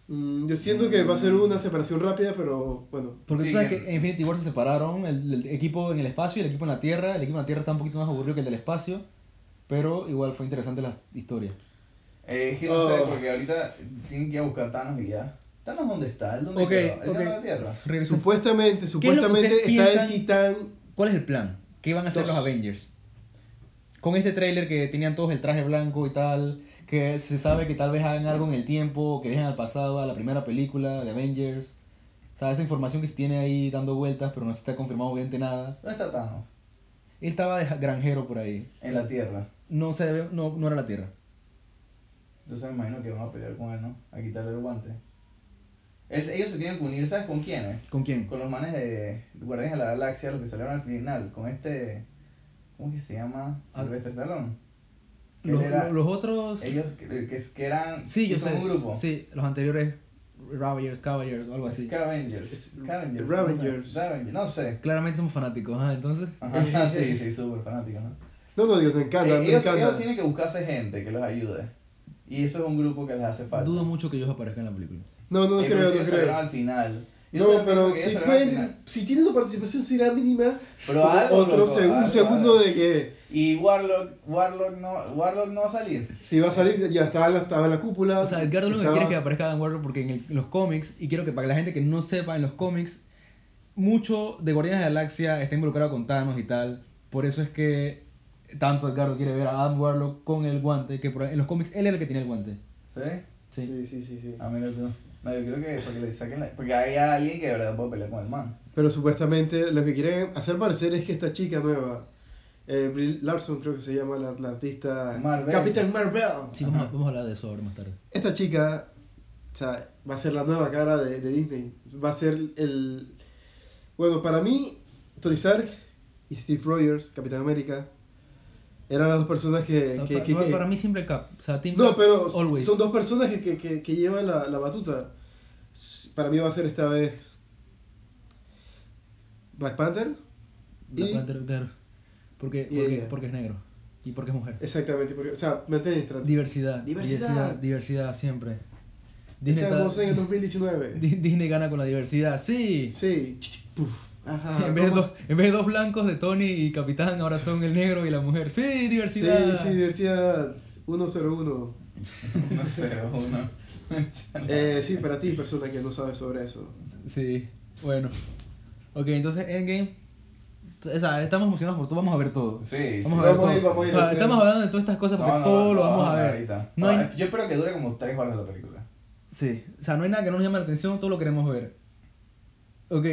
S3: Mm, yo siento que va a ser una separación rápida, pero bueno.
S2: Porque
S1: Sí,
S2: tú sabes
S1: que-
S2: que en Infinity War se separaron el, el equipo en el espacio y el equipo en la Tierra. El equipo en la Tierra está un poquito más aburrido que el del espacio. Pero igual fue interesante la historia.
S1: Eh, es que no sé,
S3: Oh.
S1: porque ahorita tienen que ir a buscar a Thanos y ya. ¿Thanos dónde está? ¿Él dónde
S2: Ok,
S1: quedó? ¿Él
S2: ok.
S1: quedó en la Tierra?
S2: Regresa-
S3: Supuestamente, supuestamente
S2: ustedes
S3: está el
S2: piensan?
S3: titán.
S2: ¿Cuál es el plan? ¿Qué van a hacer
S3: Dos.
S2: los Avengers? Con este tráiler que tenían todos el traje blanco y tal, que se sabe que tal vez hagan algo en el tiempo, que dejen al pasado a la primera película de Avengers. O sea, esa información que se tiene ahí dando vueltas, pero no se está confirmado obviamente nada.
S1: ¿Dónde está Thanos?
S2: Él estaba de ja- granjero por ahí.
S1: En la Tierra.
S2: No se ve- no, no era la Tierra.
S1: Entonces me imagino que van a pelear con él, ¿no? A quitarle el guante. Es- ellos se tienen que unir, ¿sabes con quiénes?
S2: ¿Con quién?
S1: Con los manes de Guardianes de la Galaxia, los que salieron al final. Con este. ¿Cómo que se llama?
S2: Ah.
S1: Silvestre Stallone. Él
S2: Los,
S1: era-
S2: los otros...
S1: Ellos que, que, que eran.
S2: sí, yo
S1: son
S2: sé.
S1: un grupo. Pues,
S2: Sí, los anteriores Ravagers, Cavaliers o algo así.
S1: Scavengers.
S3: Es- es-
S1: Scavengers.
S3: Ravengers.
S1: No sé, Ravengers, no sé.
S2: Claramente somos fanáticos, ajá, entonces...
S1: Ajá,
S2: Eh,
S1: sí, sí, súper fanático, ¿no?
S3: No, Ah, no, digo, me encanta,
S1: Eh,
S3: me
S1: ellos,
S3: encanta.
S1: ellos tienen que buscarse gente que los ayude. Y eso es un grupo que les hace falta. Eh,
S2: Dudo mucho que ellos aparezcan en la película.
S3: No, no, no
S1: Inclusive
S3: creo, no
S1: salieron
S3: creo.
S1: al final. Yo
S3: No,
S1: también pienso
S3: pero
S1: que
S3: si,
S1: ellos salieron al final.
S3: pueden, si tienen una participación será mínima,
S1: Pero algo,
S3: otro
S1: loco,
S3: seg- un
S1: algo,
S3: segundo
S1: algo.
S3: de que
S1: Y Warlock, Warlock no, Warlock no va a salir.
S3: si va a salir, ya estaba en la, estaba en la cúpula.
S2: O sea, Edgardo lo que
S3: estaba-
S2: quiere es que aparezca Adam Warlock porque en, el- en los cómics, y quiero que para la gente que no sepa, en los cómics, mucho de Guardianes de la Galaxia está involucrado con Thanos y tal. Por eso es que tanto Edgardo quiere ver a Adam Warlock con el guante, que por- en los cómics él era el que tenía el guante.
S1: ¿Sí?
S2: Sí.
S3: Sí, sí, sí, sí.
S1: Ah, mira eso. No, yo creo que porque le saquen la... Porque hay alguien que de verdad puede pelear con el man.
S3: Pero supuestamente lo que quieren hacer parecer es que esta chica nueva, eh, Brie Larson creo que se llama la, la artista...
S1: Marvel.
S3: Capitán Marvel.
S2: Sí, vamos, a- vamos a hablar de eso ahora más tarde.
S3: Esta chica, o sea, va a ser la nueva cara de, de Disney. Va a ser el... Bueno, para mí, Tony Stark y Steve Rogers, Capitán América, eran las dos personas que...
S2: No,
S3: que-
S2: pa-
S3: que-
S2: no,
S3: que-
S2: para mí siempre Cap. O sea, Team
S3: No,
S2: Cap,
S3: pero
S2: always.
S3: son dos personas que, que, que, que llevan la, la batuta. S- Para mí va a ser esta vez Black Panther.
S2: Black
S3: y-
S2: Panther, claro. Porque,
S3: y
S2: porque,
S3: ella.
S2: porque es negro. Y porque es mujer.
S3: Exactamente, porque, o sea, mantén estrategia.
S2: Diversidad.
S3: Diversidad.
S2: Diversidad, diversidad siempre. Disney, está-
S3: Estamos en el 2019.
S2: Di- Disney gana con la diversidad, sí.
S3: Sí. Puf. Ajá.
S2: en, vez de
S3: ¿cómo?
S2: dos, en vez de dos blancos de Tony y Capitán, ahora son el negro y la mujer. Sí,
S3: Sí,
S2: diversidad.
S3: sí, diversidad 101.
S1: No sé, uno.
S3: Eh, sí, para ti, persona que no sabe sobre eso.
S2: Sí, bueno. Ok, entonces Endgame. O sea, estamos emocionados por todo, vamos a ver todo.
S1: Sí, sí.
S2: Vamos a ver
S3: Vamos a ir,
S2: todo.
S3: vamos a ir
S2: O sea,
S3: al
S2: estamos
S3: final.
S2: hablando de todas estas cosas porque
S1: No, no,
S2: todo
S1: no,
S2: lo vamos a ver.
S1: ahorita.
S2: No
S1: Ah,
S2: hay-
S1: Yo espero que dure como tres horas la película.
S2: Sí, o sea, no hay nada que no nos llame la atención, todo lo queremos ver. Ok,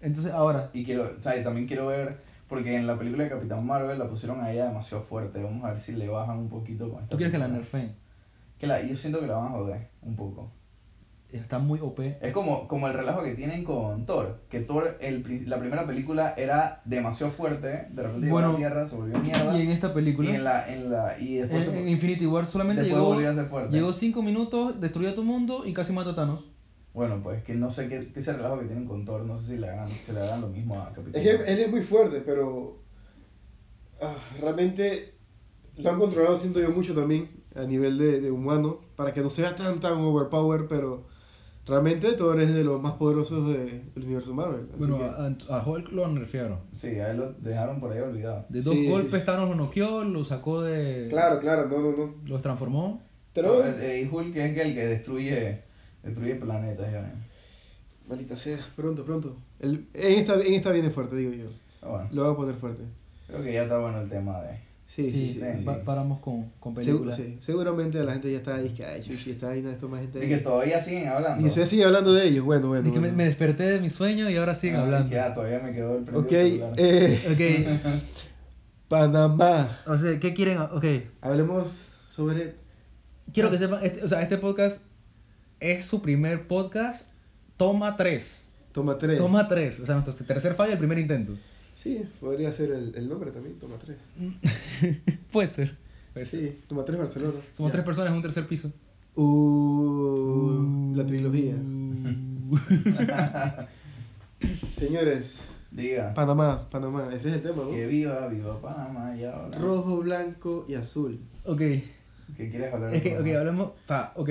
S2: entonces ahora.
S1: Y quiero, o sea, y también quiero ver, porque en la película de Capitán Marvel la pusieron a ella demasiado fuerte. Vamos a ver si le bajan un poquito con esta
S2: ¿Tú quieres que la
S1: película.
S2: nerfeen?
S1: Que la, yo siento que la van a joder un poco.
S2: está muy OP.
S1: Es como, como el relajo que tienen con Thor. Que Thor, el, pri- la primera película era demasiado fuerte. De repente llegó a
S2: Bueno,
S1: la Tierra, se volvió mierda.
S2: Y
S1: Y
S2: en esta película,
S1: en la. En la y
S2: en,
S1: después, se-
S2: en Infinity War, solamente
S1: después
S2: llegó,
S1: volvió a ser fuerte.
S2: llegó 5 minutos, destruyó a todo mundo y casi mata a Thanos.
S1: Bueno, pues que no sé qué, qué ese relajo que tienen con Thor. No sé si le hagan, se le hagan lo mismo a Capitán.
S4: Es que él es muy fuerte, pero ah, realmente lo han controlado, siento yo, mucho también a nivel de, de humano, para que no sea tan, tan overpower, pero realmente Thor es de los más poderosos de- del universo Marvel. así
S2: Bueno, ah,
S4: que-
S2: a, a Hulk lo refiero.
S1: Sí, a él lo dejaron por ahí olvidado.
S2: De dos
S4: Sí, sí,
S2: golpes,
S4: sí.
S2: Thanos lo noqueó, lo sacó de.
S4: claro, claro, no, no, no.
S2: Los transformó.
S4: Pero,
S1: el, el Eh, Hulk es el que destruye, destruye planetas. ya.
S4: maldita sea.
S3: Pronto, pronto. El- en, esta, en esta viene fuerte, digo yo.
S1: Ah, Bueno,
S3: Lo van a poner fuerte.
S1: creo que ya está bueno el tema de.
S3: Sí, sí, sí.
S1: sí.
S2: pa- paramos con, con
S3: Segu-
S2: películas.
S3: sí. Seguramente la gente ya está ahí, que ay, chuchi, está ahí, no, esto más gente.
S1: Y que todavía siguen hablando.
S3: Y se sigue hablando de ellos. Bueno, bueno.
S2: Ni que me,
S3: bueno.
S2: me desperté de mi sueño y ahora siguen
S1: Ah,
S2: hablando.
S1: que, ah, todavía me quedó el prendido
S3: Ok,
S1: celular.
S3: eh,
S2: Ok,
S3: Panamá.
S2: o sea, ¿qué quieren? Ok,
S3: Hablemos sobre.
S2: quiero que sepan, este- o sea, este podcast es su primer podcast, toma 3.
S3: Toma 3.
S2: Toma 3, o sea, nuestro tercer fallo, el primer intento.
S3: Sí, podría ser el, el nombre también, Toma 3.
S2: Puede ser. Puede ser.
S3: Sí, Toma 3 Barcelona.
S2: Somos
S3: Ya.
S2: tres personas en un tercer piso.
S3: Uh, la trilogía. Señores,
S1: Diga.
S3: Panamá, Panamá, ese es el tema,
S1: Que
S3: ¿no?
S1: viva, viva Panamá, ya ahora.
S3: Rojo, blanco y azul.
S2: Ok,
S1: ¿Qué quieres hablar? de
S2: es que, ok,
S1: Panamá?
S2: hablemos, pa, ok,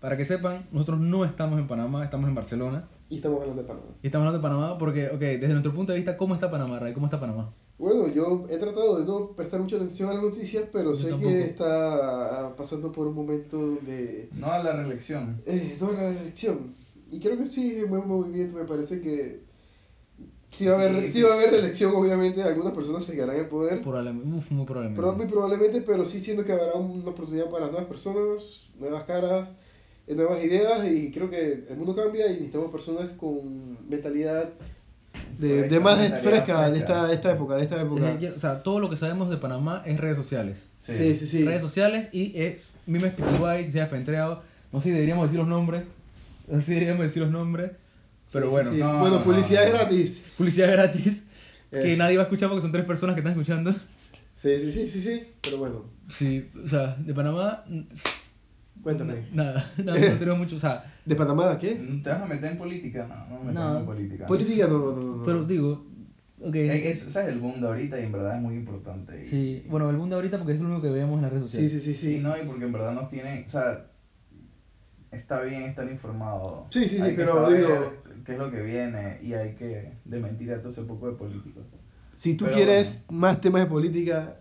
S2: para que sepan, nosotros no estamos en Panamá, estamos en Barcelona.
S4: Y estamos hablando de Panamá.
S2: Y estamos hablando de Panamá porque, ok, desde nuestro punto de vista, ¿cómo está Panamá, Ray? ¿Cómo está Panamá?
S4: Bueno, yo he tratado de no prestar mucha atención a las noticias, pero
S2: Yo
S4: sé
S2: tampoco.
S4: que está ah, pasando por un momento donde
S1: No a la reelección.
S4: Eh, no era la elección. Y creo que sí, es un buen movimiento. Me parece que sí va a haber,
S1: Sí.
S4: sí va a haber reelección, obviamente. Algunas personas se quedarán en el poder.
S2: Probablemente, uf, muy probablemente.
S4: Pero muy probablemente, pero sí siento que habrá una oportunidad para nuevas personas, nuevas caras, eh, nuevas ideas. Y creo que el mundo cambia y necesitamos personas con mentalidad.
S3: De,
S1: Fresca,
S3: de más
S1: mentalidad
S3: fresca, de,
S1: fresca.
S3: esta, de esta época, de esta época.
S2: Eh, ya- o sea, todo lo que sabemos de Panamá es redes sociales.
S1: Sí.
S3: Sí, sí, sí.
S2: Redes sociales y es memes Pitiguay, se ha fentreado. No sé si deberíamos decir los nombres. No sé si deberíamos decir los nombres. Pero
S3: Sí,
S2: bueno,
S3: sí, sí.
S1: no,
S3: bueno,
S1: no,
S3: publicidad
S1: no.
S3: gratis.
S2: publicidad gratis. Que
S3: Eh.
S2: nadie va a escuchar porque son tres personas que están escuchando.
S3: Sí, sí, sí, sí, sí. Pero bueno,
S2: Sí, o sea, de Panamá, n-
S3: cuéntame.
S2: nada, nada, no tenemos mucho. O sea,
S3: ¿De Panamá qué?
S1: ¿Te vas a meter en política? No, no me metas
S2: No.
S1: en política.
S3: Política no, no, no. no.
S2: pero digo, ok.
S1: Eh, es- ese es el boom de ahorita y en verdad es muy importante. Y,
S2: Sí, bueno, el mundo ahorita porque es lo único que vemos en las redes
S3: sí,
S2: sociales.
S3: sí, sí,
S1: Sí,
S3: sí.
S1: no, y porque en verdad nos tienen, o sea, está bien estar informado.
S3: Sí, sí, sí,
S1: Hay que
S3: pero
S1: saber
S3: digo-
S1: qué es lo que viene y hay que desmentir a todo ese poco de políticos.
S3: Si tú
S1: Pero
S3: quieres más temas de política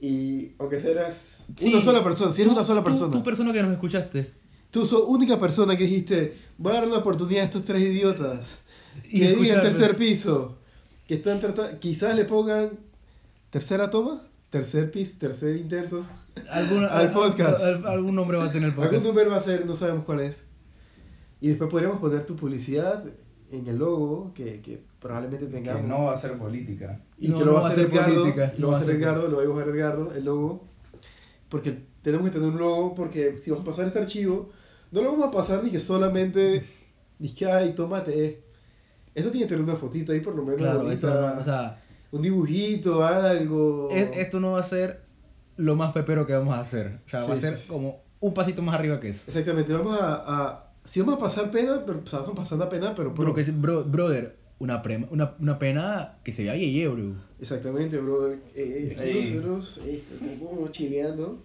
S3: y aunque seas
S2: Sí.
S3: una sola persona, si eres
S2: Tú-
S3: una sola
S2: tú-
S3: persona,
S2: Tú,
S3: tú,
S2: persona que nos escuchaste.
S3: so- única persona que dijiste, voy a dar una oportunidad a estos tres idiotas
S2: Y
S3: que viven en
S2: escucharnos.
S3: tercer piso, que están tratando, quizás le pongan tercera toma, tercer piso, tercer intento.
S2: Alguna-
S3: Al podcast.
S2: al- algún nombre va a tener el
S3: Algún
S2: podcast.
S3: número va a ser, no sabemos cuál es. Y después podríamos poner tu publicidad en el logo que, que probablemente
S1: Que
S3: tengamos.
S1: no va a ser política.
S3: Y
S2: No,
S3: que lo
S2: no
S3: va a hacer Edgardo,
S2: política,
S3: lo
S2: no
S3: va a
S2: va a
S3: hacer
S2: ser-
S3: Edgardo, lo va a dibujar Edgardo, el logo. Porque tenemos que tener un logo, porque si vamos a pasar este archivo, no lo vamos a pasar ni que solamente, ni que, ay, tómate esto. Eso tiene que tener una fotito ahí por lo menos
S2: Claro,
S3: bonita,
S2: esto no- o sea,
S3: un dibujito, algo.
S2: es- esto no va a ser lo más pepero que vamos a hacer. O sea, va a
S3: Sí,
S2: ser
S3: sí.
S2: como un pasito más arriba que eso.
S3: Exactamente, vamos a, a- Si vamos a pasar pena, pero o sea, vamos pasando pena,
S2: Pero
S3: pero... pero-
S2: que, es- bro- brother, una, prema- una, una pena que se vea yeye, bro.
S3: Exactamente, bro. Eh, eh, aquí
S1: Sí.
S3: nosotros eh, estamos chiveando.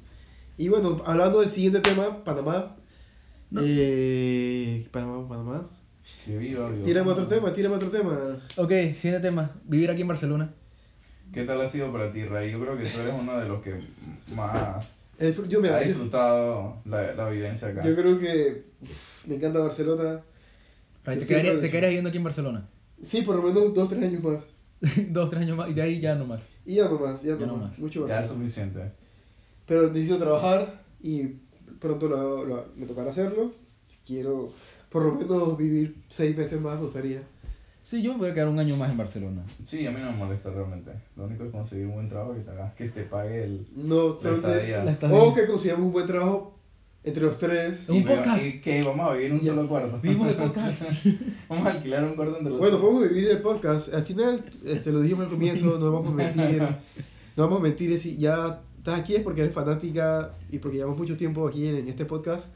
S3: Y bueno, hablando del siguiente tema, Panamá.
S2: No.
S3: Eh, Panamá, Panamá.
S1: Que viva, viva.
S3: Tírame otro tema, tírame otro tema.
S2: Ok, siguiente tema. Vivir aquí en Barcelona.
S1: ¿Qué tal ha sido para ti, Ray? Yo creo que tú eres uno de los que más
S3: Eh, yo,
S1: ha
S3: mira, yo,
S1: disfrutado la, la vivencia acá.
S3: yo creo que uf, me encanta Barcelona.
S2: Ray,
S3: Yo
S2: te,
S3: siempre
S2: quedarías,
S3: lo
S2: te
S3: digo.
S2: quedarías viviendo aquí en Barcelona.
S3: Sí, por lo menos dos, tres años más.
S2: Dos, tres años más y de ahí ya nomás.
S3: Y ya nomás, ya,
S2: Ya
S3: nomás.
S2: nomás.
S3: Mucho
S1: ya es
S3: Barcelona.
S1: suficiente.
S3: Pero necesito trabajar y pronto lo- lo- me tocará hacerlo. Si quiero, por lo menos vivir seis meses más, me gustaría.
S2: Sí, yo me voy a quedar un año más en Barcelona.
S1: Sí, a mí no me molesta realmente. Lo único es conseguir un buen trabajo que te, haga- que te pague el...
S3: No,
S1: La
S3: solamente...
S1: estadía.
S2: La estadía.
S3: O que consigamos un buen trabajo entre los tres.
S2: Un
S1: Y me-
S2: podcast.
S1: ¿Y qué? ¿Vamos a vivir en un solo cuarto?
S2: Vivimos de podcast.
S1: Vamos a alquilar un cuarto entre los
S3: Bueno,
S1: tres.
S3: podemos dividir el podcast. Al final, este, lo dijimos al comienzo, no vamos a mentir. No vamos a mentir. Si ya estás aquí es porque eres fanática y porque llevamos mucho tiempo aquí en, en este podcast.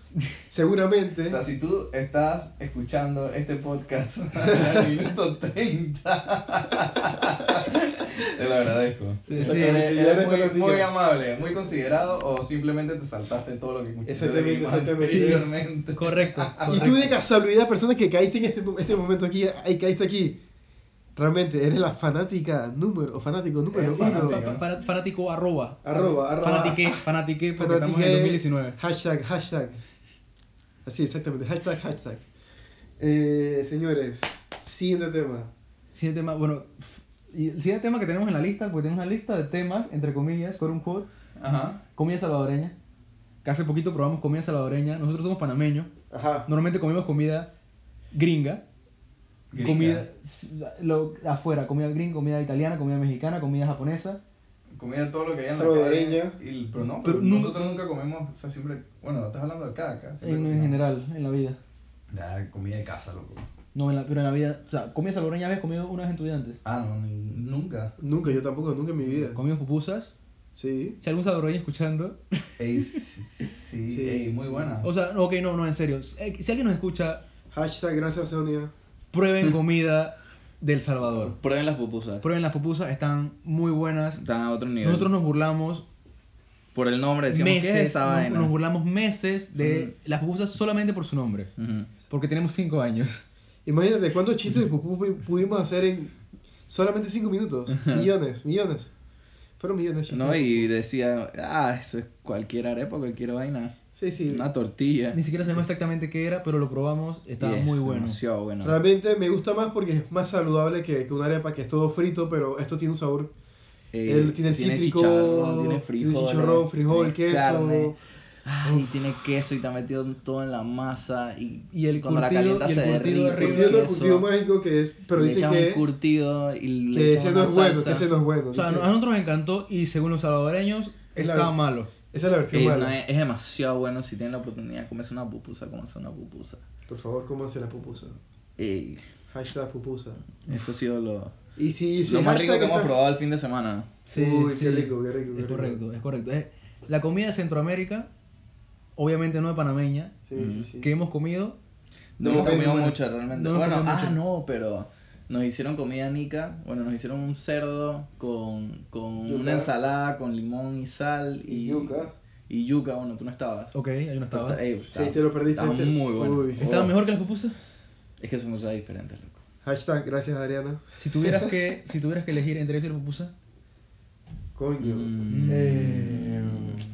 S3: Seguramente.
S1: O sea, si tú estás escuchando este podcast al minuto 30, te lo agradezco.
S2: Sí,
S1: Eres-
S2: sí,
S3: ya
S1: eres
S3: eres
S1: muy,
S3: fanático.
S1: muy amable, muy considerado o simplemente te saltaste todo lo que escuchaste de
S3: Exactamente,
S1: mí
S3: exactamente.
S1: anteriormente.
S2: Correcto.
S3: Y tú de casualidad, persona que caíste en este, este momento aquí, ahí caíste aquí. Realmente, eres la fanática número, o fanático número
S1: Eres
S3: uno.
S1: fanática.
S2: Eh, Fa- fa- Fanático arroba.
S3: Arroba, arroba.
S2: Fanatiqué, fanatiqué, porque estamos en
S3: Fanatiqué.
S2: 2019.
S3: Hashtag, hashtag. Así, exactamente. Hashtag, hashtag. Eh, señores, siguiente tema.
S2: Siguiente tema, bueno, y el siguiente tema que tenemos en la lista, porque tenemos una lista de temas, entre comillas, con un quote,
S1: Ajá.
S2: comida salvadoreña. Que hace poquito probamos comida salvadoreña. Nosotros somos panameños.
S3: Ajá.
S2: Normalmente comemos comida gringa.
S1: Gringa.
S2: Comida lo, afuera, comida gringa, comida italiana, comida mexicana, comida japonesa.
S1: Comida todo lo que hay en la
S3: Salvadoreña.
S1: calle, y- pero no,
S2: Pero
S1: pero
S2: nu-
S1: nosotros nunca comemos, o sea, siempre, bueno, estás hablando de acá, acá. siempre
S2: En, en
S1: cocinamos.
S2: general, en la vida.
S1: Ya, comida de casa, loco.
S2: No, en la, pero en la vida. O sea, comida salvadoreña habías comido una vez en tu vida antes.
S1: Ah, no, ni- nunca.
S3: Nunca, yo tampoco, nunca en mi vida.
S2: Comimos pupusas.
S3: Sí.
S2: Si algún salvadoreño escuchando.
S1: Ey, sí, sí,
S3: Sí.
S1: ey, muy buena.
S2: O sea, no, ok, no, no, en serio. Si si alguien nos escucha,
S3: Hashtag, gracias Sonia.
S2: prueben comida del Salvador.
S1: Prueben las pupusas.
S2: Prueben las pupusas, están muy buenas.
S1: Están a otro nivel.
S2: Nosotros nos burlamos
S1: Por el nombre decíamos,
S2: meses,
S1: ¿qué es esa
S2: nos,
S1: vaina?
S2: nos burlamos meses de las pupusas solamente por su nombre.
S1: Ujú.
S2: Porque tenemos 5 años.
S3: Imagínate cuántos chistes de pupú pu- pudimos hacer en solamente 5 minutos. Millones, millones. Fueron millones de chistes.
S1: No, y decía, ah, eso es cualquier arepa, cualquier vaina.
S3: Sí, sí.
S1: Una tortilla.
S2: Ni siquiera sabemos exactamente qué era, pero lo probamos, estaba
S1: Y es
S2: muy bueno.
S1: Demasiado bueno.
S3: Realmente me gusta más porque es más saludable que, que una arepa que es todo frito, pero esto tiene un sabor
S1: Eh,
S3: Él tiene el cítrico,
S1: chicharrón, tiene
S3: tiene
S1: frijol,
S3: chicharrón, frijol, queso.
S1: Ay, tiene queso y está metido todo en la masa. Y,
S2: Y el
S1: cuando
S2: curtido-
S1: la calienta
S2: y el
S1: se
S2: curtido
S1: derrite.
S2: arriba.
S3: Curtido no
S1: el
S3: es curtido mágico que es, pero
S1: le
S3: dicen
S1: echan un
S3: que,
S1: curtido y le
S3: que
S1: echan
S3: ese no
S1: una
S3: es bueno,
S1: salsa.
S3: que ese no es bueno.
S2: O sea, a
S3: dicen.
S2: nosotros nos encantó y según los salvadoreños,
S3: Es la
S2: estaba
S3: versión.
S2: malo.
S3: Esa es la versión
S1: Eh, no,
S3: mala.
S1: es, es demasiado bueno si tienen la oportunidad de comerse una pupusa, comerse una pupusa.
S3: Por favor, cómanse la pupusa.
S1: Ey,
S3: Hashtag pupusa.
S1: eso ha sido lo,
S3: Y si, si
S1: lo más rico
S3: hashtag
S1: que hemos
S3: está-
S1: probado el fin de semana.
S2: Sí,
S3: Uy,
S2: sí.
S3: qué rico, qué rico. qué
S2: Es
S3: rico.
S2: correcto, es correcto. Es- la comida de Centroamérica, obviamente no es panameña,
S3: Sí, sí, sí.
S2: que hemos comido,
S1: No
S3: No,
S1: hemos
S3: no,
S1: comido
S3: no.
S1: mucho realmente.
S2: No hemos
S1: bueno,
S2: comido
S1: ah,
S2: mucho.
S1: no, pero nos hicieron comida nica. Bueno, nos hicieron un cerdo con, con
S3: Yuca.
S1: una ensalada con limón y sal. Y,
S3: Y yuca.
S1: Y yuca, bueno, tú no estabas.
S2: ok, ahí no estaba.
S1: Ey,
S3: Sí,
S1: estaba-
S3: te lo perdiste.
S1: estaba
S3: te-
S1: muy bueno.
S3: Uy.
S2: ¿Estaba
S1: Oh.
S2: mejor que las pupusas?
S1: Es que son cosas diferentes, loco.
S3: Hashtag, gracias Adriana.
S2: Si tuvieras que, si tuvieras que elegir entre eso y las pupusas,
S3: Coño.
S1: Mm.
S3: Eh,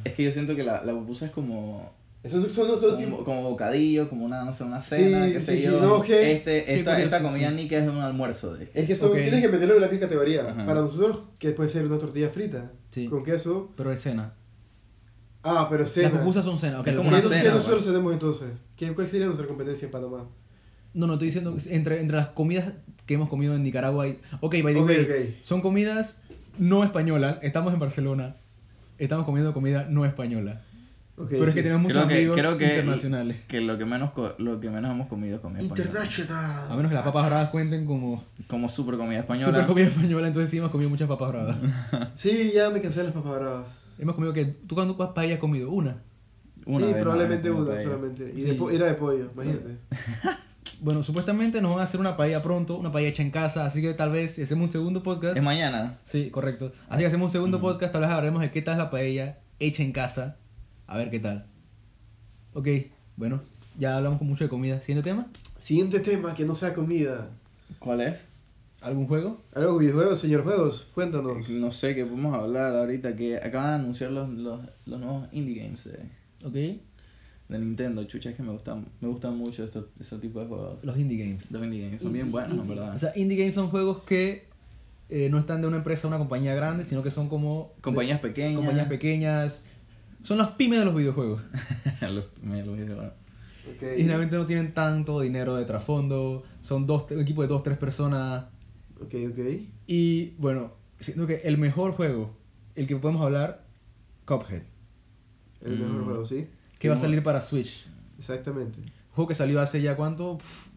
S1: Es que yo siento que la, la pupusa es como,
S3: Esos son los dos
S1: como,
S3: tipos.
S1: como bocadillo, como una, no sé, una cena,
S3: Sí,
S1: qué
S3: sí,
S1: sé
S3: sí,
S1: yo.
S3: no, que-
S1: este,
S2: qué
S1: esta, esta
S2: curioso,
S1: comida
S2: sí.
S1: nica es un almuerzo. De...
S3: Es que son,
S2: Ok.
S3: tienes que meterlo en la misma categoría.
S1: Ajá.
S3: Para nosotros, que puede ser una tortilla frita
S2: Sí.
S3: con queso.
S2: pero es cena.
S3: Ah, pero cena.
S2: Las pupusas son cena. ok,
S1: Es
S2: las
S1: como una
S3: ¿Qué,
S2: pupusas-
S3: qué
S1: cena,
S3: nosotros tenemos entonces? ¿Qué, ¿Cuál sería nuestra competencia en Panamá?
S2: No, no, estoy diciendo que entre, entre las comidas que hemos comido en Nicaragua y... Ok, by the
S3: Ok,
S2: way,
S3: ok.
S2: son comidas no españolas. Estamos en Barcelona, estamos comiendo comida no española.
S3: Ok,
S2: pero es
S3: sí.
S2: que tenemos muchos
S1: Creo que,
S2: amigos
S1: creo que,
S2: internacionales.
S1: que lo que menos co- lo que menos hemos comido es comida española.
S3: International.
S2: A menos que las papas bravas cuenten como
S1: Como super comida española.
S2: super comida española, entonces sí hemos comido muchas papas bravas.
S3: Sí, ya me cansé de las papas bravas.
S2: hemos comido que... ¿Tú cuándo cuántas paellas has comido? Una.
S1: Una
S3: sí,
S1: vez
S3: probablemente
S1: nada más,
S3: una
S1: paella.
S3: solamente. Y
S2: Sí.
S3: de po- era de pollo, imagínate.
S2: Bueno, supuestamente nos van a hacer una paella pronto, una paella hecha en casa, así que tal vez si hacemos un segundo podcast...
S1: Es mañana.
S2: Sí, correcto. Así que hacemos
S1: Mm.
S2: un segundo podcast, tal vez hablaremos de qué tal la paella hecha en casa. A ver qué tal. Ok, bueno, ya hablamos con mucho de comida. ¿Siguiente tema?
S3: Siguiente tema que no sea comida.
S1: ¿Cuál es?
S2: ¿Algún juego?
S3: Algo de videojuegos, señor juegos, cuéntanos.
S1: No sé qué podemos hablar ahorita. Que acaban de anunciar los, los, los nuevos indie games de,
S2: Ok.
S1: de Nintendo. Chucha, es que me gustan, me gustan mucho estos, esos tipos de juegos.
S2: Los indie games.
S1: Los indie games son bien buenos, en
S2: O
S1: verdad.
S2: sea, indie games son juegos que eh, no están de una empresa, una compañía grande, sino que son como...
S1: Compañías
S2: de-
S1: pequeñas.
S2: compañías pequeñas. Son las pymes de los videojuegos.
S1: los, me los videojuegos.
S3: Ok.
S2: Y generalmente no tienen tanto dinero de trasfondo. Son dos, un equipo de dos, tres personas.
S3: Ok, ok.
S2: Y bueno, siento que el mejor juego, el que podemos hablar, Cuphead.
S3: El mejor
S1: Mm.
S3: juego, sí.
S2: que va a salir para Switch.
S3: Exactamente.
S2: Juego que salió hace ya cuánto, Pff,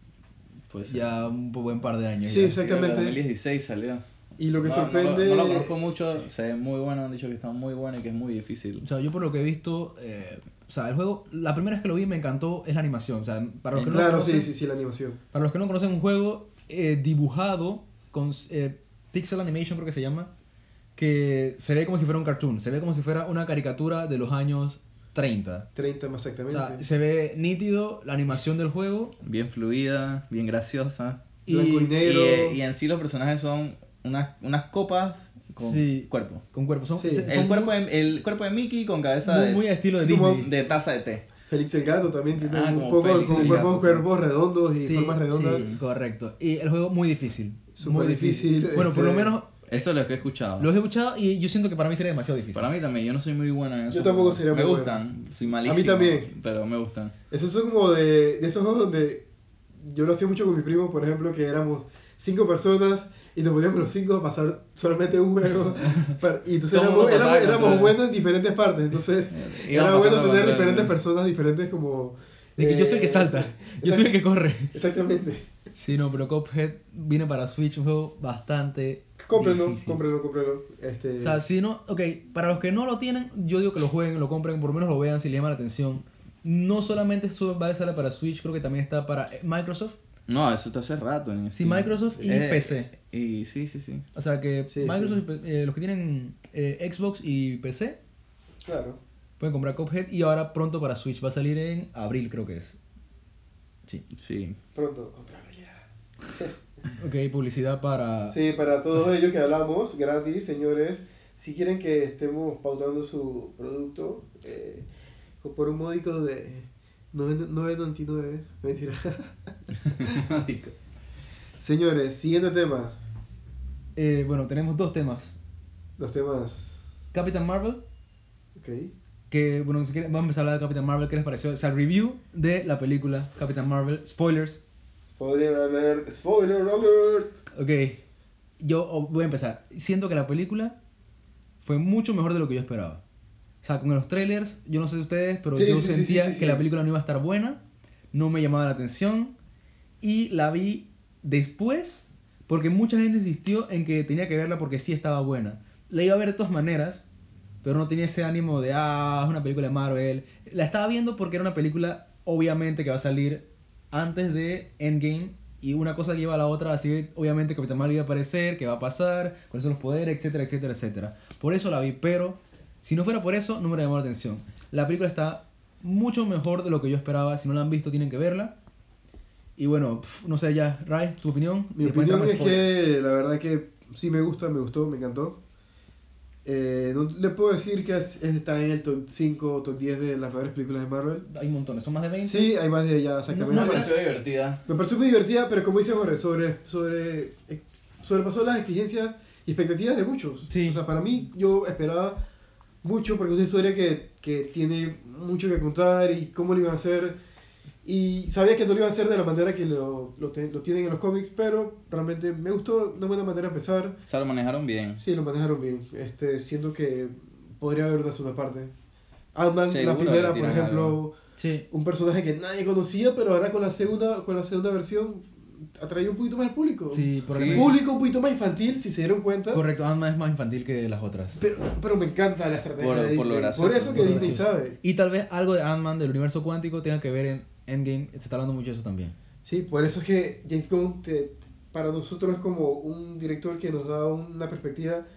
S1: Pues
S2: ya un buen par de años.
S3: Sí,
S2: ya.
S3: sí. exactamente.
S1: En 2016 salió.
S3: Y lo que
S1: No, no
S3: sorprende.
S1: No, lo conozco mucho, se ve muy bueno, han dicho que está muy bueno y que es muy difícil.
S2: O sea, yo por lo que he visto, eh, o sea, el juego, la primera vez que lo vi me encantó es la animación. O sea, para los que no
S3: Claro,
S2: conocen,
S3: sí, sí, sí, la animación.
S2: Para los que no conocen un juego eh, dibujado con eh, pixel animation creo que se llama, que se ve como si fuera un cartoon, se ve como si fuera una caricatura de los años 30.
S3: 30 más
S2: O
S3: exactamente.
S2: sea, se ve nítido la animación del juego
S1: Bien fluida, bien graciosa.
S2: y
S3: Blanco y
S1: Y,
S3: negro.
S1: eh, y en sí los personajes son unas, unas copas con
S2: Sí.
S1: cuerpo.
S2: con cuerpo. Son,
S3: Sí,
S2: se- son
S1: El cuerpo, de, el cuerpo de Mickey con cabeza
S2: muy,
S1: de,
S2: muy a estilo de
S3: sí, como-
S2: Disney.
S1: de taza de té.
S3: Félix el gato también tiene
S1: Ah,
S3: un
S1: como
S3: poco
S1: Félix
S3: con
S1: el
S3: cuerpos,
S1: gato, sí.
S3: cuerpos redondos y
S2: Sí,
S3: formas redondas.
S2: sí, correcto. Y el juego muy difícil.
S3: Súper
S2: muy difícil.
S3: difícil,
S2: Bueno, por lo
S3: este-
S2: menos
S1: Eso es lo que he escuchado.
S2: los he escuchado y yo siento que para mí sería demasiado difícil.
S1: Para mí también, yo no soy muy bueno en eso.
S3: Yo tampoco sería
S1: Me
S3: muy
S1: gustan, soy malísimo.
S3: también.
S1: Pero me gustan.
S3: Esos son como de, de esos juegos donde yo lo hacía mucho con mi primo, por ejemplo, que éramos cinco personas y nos poníamos los cinco a pasar solamente un juego. para- y entonces
S1: Todo el mundo
S3: éramos, éramos,
S1: pasaba
S3: éramos
S1: contra-
S3: buenos en diferentes partes. Entonces
S1: Iba
S3: era bueno
S1: pasando
S3: tener
S1: contra-
S3: diferentes personas, diferentes como...
S2: De que yo soy el que
S3: eh,
S2: salta, yo soy el que corre.
S3: Exactamente.
S2: Sí, no, pero Cuphead viene para Switch, un juego bastante.
S3: Cómprenlo,
S2: difícil.
S3: cómprenlo, cómprenlo. Este,
S2: O sea, si no, ok, para los que no lo tienen, yo digo que lo jueguen, lo compren, por lo menos lo vean si les llama la atención. No solamente eso va a salir para Switch, creo que también está para eh, Microsoft.
S1: No, eso está hace rato. En
S2: Sí,
S1: Steam. Eh,
S2: Microsoft y PC.
S1: Y sí, sí, sí.
S2: O sea que
S3: Sí,
S2: Microsoft, y pe- eh, los que tienen eh, Xbox y PC,
S3: claro.
S2: pueden comprar Cuphead y ahora pronto para Switch. Va a salir en abril, creo que es.
S1: Sí.
S3: Pronto, cómpralo ya.
S2: Ok, publicidad para.
S3: Sí, para todos ellos que hablamos, gratis, señores. Si quieren que estemos pautando su producto eh, por un módico de 9 9.99, mentira. Señores, siguiente tema.
S2: Eh, bueno, tenemos dos temas:
S3: Los temas.
S2: Captain Marvel.
S3: Ok.
S2: Que, bueno, si quieren, vamos a empezar a hablar de Capitán Marvel. ¿Qué les pareció? O sea, review de la película Capitán Marvel. Spoilers.
S3: Spoiler alert. Spoiler alert.
S2: Ok. Yo oh, voy a empezar. Siento que la película fue mucho mejor de lo que yo esperaba. O sea, con los trailers, yo no sé ustedes, pero
S3: Sí,
S2: yo
S3: sí, sí,
S2: sentía
S3: sí, sí, sí.
S2: que la película no iba a estar buena. No me llamaba la atención. Y la vi después porque mucha gente insistió en que tenía que verla porque sí estaba buena. La iba a ver de todas maneras, pero no tenía ese ánimo de, ah, es una película de Marvel. La estaba viendo porque era una película, obviamente, que va a salir antes de Endgame. Y una cosa lleva a la otra, así que, obviamente Capitán Marvel iba a aparecer, qué va a pasar, cuáles son los poderes, etcétera, etcétera, etcétera. Por eso la vi, pero si no fuera por eso, no me llamó la atención. La película está mucho mejor de lo que yo esperaba. Si no la han visto, tienen que verla. Y bueno, pf, no sé ya, Ray, tu opinión.
S3: Mi
S2: Después
S3: opinión
S2: entramos
S3: es
S2: en spoilers.
S3: que la verdad que sí me gusta, me gustó, me encantó. Eh, no le puedo decir que es- está en el top 5 o top 10 de las mejores películas de Marvel.
S2: Hay montones, son más de 20.
S3: Sí, hay más de ella,
S2: No,
S3: exactamente.
S1: Me
S2: no,
S1: pareció divertida.
S3: Me pareció muy divertida, pero como dice Jorge, sobre, sobre, eh, sobrepasó las exigencias y expectativas de muchos.
S2: Sí.
S3: O sea, para mí, yo esperaba mucho porque es una historia que, que tiene mucho que contar y cómo lo iban a hacer. Y sabía que no lo iban a hacer de la manera que lo, lo, te- lo tienen en los cómics, pero realmente me gustó una buena manera de empezar.
S1: O sea, lo manejaron bien.
S3: Sí, lo manejaron bien. Este, siento que podría haber una segunda parte. Ant-Man, la
S1: Seguro le
S3: primera, por
S1: tiran
S3: ejemplo
S1: algo.
S2: Sí.
S3: un personaje que nadie conocía, pero ahora con la segunda, con la segunda versión atrae un poquito más al público.
S2: Sí, por
S1: Sí.
S2: ejemplo.
S3: Un público un poquito más infantil, si se dieron cuenta.
S2: Correcto, Ant-Man es más infantil que las otras.
S3: Pero, pero me encanta la estrategia
S1: Por-
S3: de
S1: por lo
S3: Disney.
S1: gracioso,
S3: Por eso que
S2: por lo
S3: Disney
S2: gracioso.
S3: sabe.
S2: Y tal vez algo de Ant-Man del universo cuántico tenga que ver en Endgame. Se está hablando mucho de eso también.
S3: Sí, por eso es que James Gunn te- para nosotros es como un director que nos da una perspectiva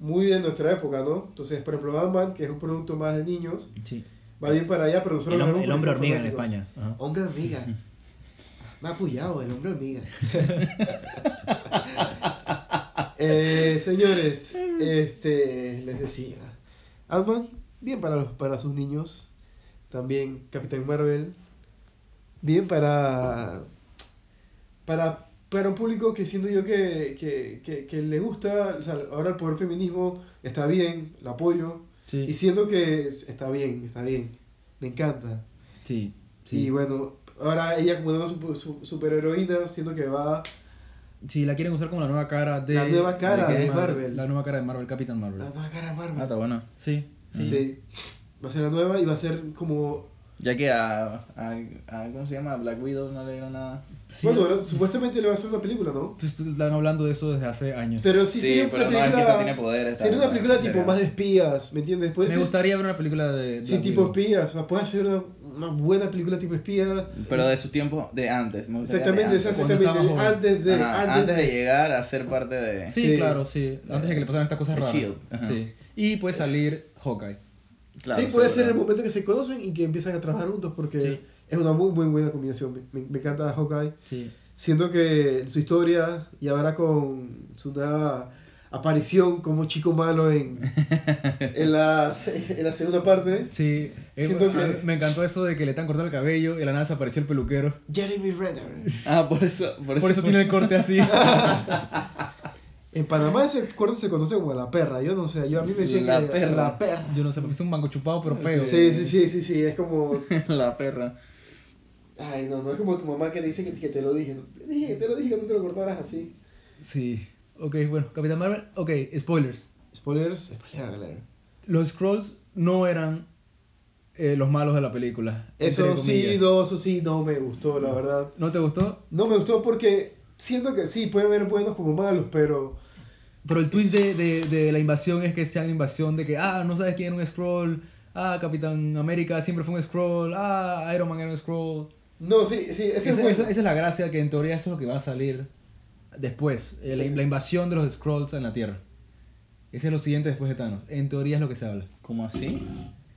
S3: muy de nuestra época, ¿no? Entonces, por ejemplo, Ant-Man, que es un producto más de niños,
S2: Sí.
S3: va bien para allá, pero nosotros
S2: El,
S3: lo
S2: hom-
S3: vemos
S2: el
S3: por pues.
S2: hombre
S3: esos
S2: hormiga en
S3: fanáticos.
S2: España. Ajá.
S3: Hombre hormiga. Me ha apoyado el hombre hormiga. Eh, señores, este, les decía. Ant-Man, bien para, los, para sus niños. También Capitán Marvel. Bien para, para, para un público que siento yo que, que, que, que le gusta. o sea, ahora el poder feminismo está bien, lo apoyo.
S2: Sí.
S3: Y siento que está bien, está bien. Me encanta.
S2: Sí.
S3: Y
S2: Sí.
S3: bueno, ahora ella como una su, su- superheroína, siendo que va...
S2: Sí, la quieren usar como la nueva cara de.
S3: La nueva cara
S2: que
S3: de
S2: es
S3: Marvel. Ah.
S2: La nueva cara de Marvel, Capitán Marvel.
S3: La nueva cara de
S1: Ah,
S3: Marvel.
S1: está bueno.
S2: Sí.
S3: Sí. Va a ser la nueva y va a ser como...
S1: Ya que a, a, a- ¿Cómo se llama? A Black Widow no le dieron nada.
S2: Sí,
S3: Bueno, ahora supuestamente le va a hacer una película, ¿no?
S2: pues, están hablando de eso desde hace años.
S3: Pero sí, sería
S1: pero
S3: una
S1: no es que esta tiene
S3: película.
S1: poderes.
S3: Sería una película tipo más de
S1: de...
S3: espías, ¿me entiendes? Puede
S2: Me
S3: ser-
S2: gustaría ver una película de.
S3: pues, Sí,
S2: Black
S3: tipo
S2: Widow.
S3: espías. O sea, puede hacer una, una buena película tipo espía.
S1: Pero de su tiempo, de antes. me gustaría
S3: Exactamente,
S1: de antes.
S2: cuando
S3: exactamente.
S2: estaba joven.
S3: Antes de.
S1: Ajá,
S3: antes,
S1: antes, de llegar a ser parte de.
S2: Sí,
S3: Sí.
S2: claro, sí. Antes de que le pasaran estas cosas
S1: The
S2: raras.
S1: Shield, ajá.
S2: Sí. Y puede salir Hawkeye.
S1: Claro,
S3: sí, puede ser
S1: seguro.
S3: el momento que se conocen y que empiezan a trabajar juntos porque
S2: Sí.
S3: es una muy, muy buena combinación. Me, me- me encanta Hawkeye.
S2: Sí.
S3: Siento que su historia y ahora con su nueva aparición como chico malo en, en, la, en la segunda parte.
S2: Sí. Eh,
S3: Siento
S2: a-
S3: que-
S2: Me encantó eso de que le están cortando el cabello y de la nada desapareció el peluquero.
S3: Jeremy Renner.
S1: Ah, por eso. Por eso,
S2: Por eso tiene el corte así.
S3: En Panamá ese corte se conoce como la perra. Yo no sé, yo a mí me decían
S1: La
S3: que-
S1: perra.
S3: La perra.
S2: Yo no sé, porque es un mango chupado, pero feo.
S3: Sí, sí, sí, sí, sí, es como...
S1: la perra.
S3: Ay, no, no es como tu mamá que dice que, que te lo dije. ¿no? Te dije, te lo dije que no te lo cortaras así.
S2: Sí. Ok, bueno, Capitán Marvel. Ok, spoilers.
S3: Spoilers, spoiler alert.
S2: Los Scrolls no eran eh, los malos de la película.
S3: Eso
S2: entre
S3: sí,
S2: comillas.
S3: no, eso sí, no me gustó, la verdad.
S2: ¿No te gustó?
S3: No me gustó porque siento que sí, pueden ver buenos como malos, pero
S2: Pero el tweet de, de, de la invasión es que sea una invasión de que, ah, no sabes quién era un Scroll. Ah, Capitán América siempre fue un Scroll. Ah, Iron Man era un Scroll.
S3: no, sí, sí, ese es
S2: Esa,
S3: bueno.
S2: esa- esa es la gracia que en teoría eso es lo que va a salir después. eh, la,
S3: Sí.
S2: la invasión de los Scrolls en la Tierra. Ese es lo siguiente después de Thanos. En teoría es lo que se habla.
S1: ¿Cómo así?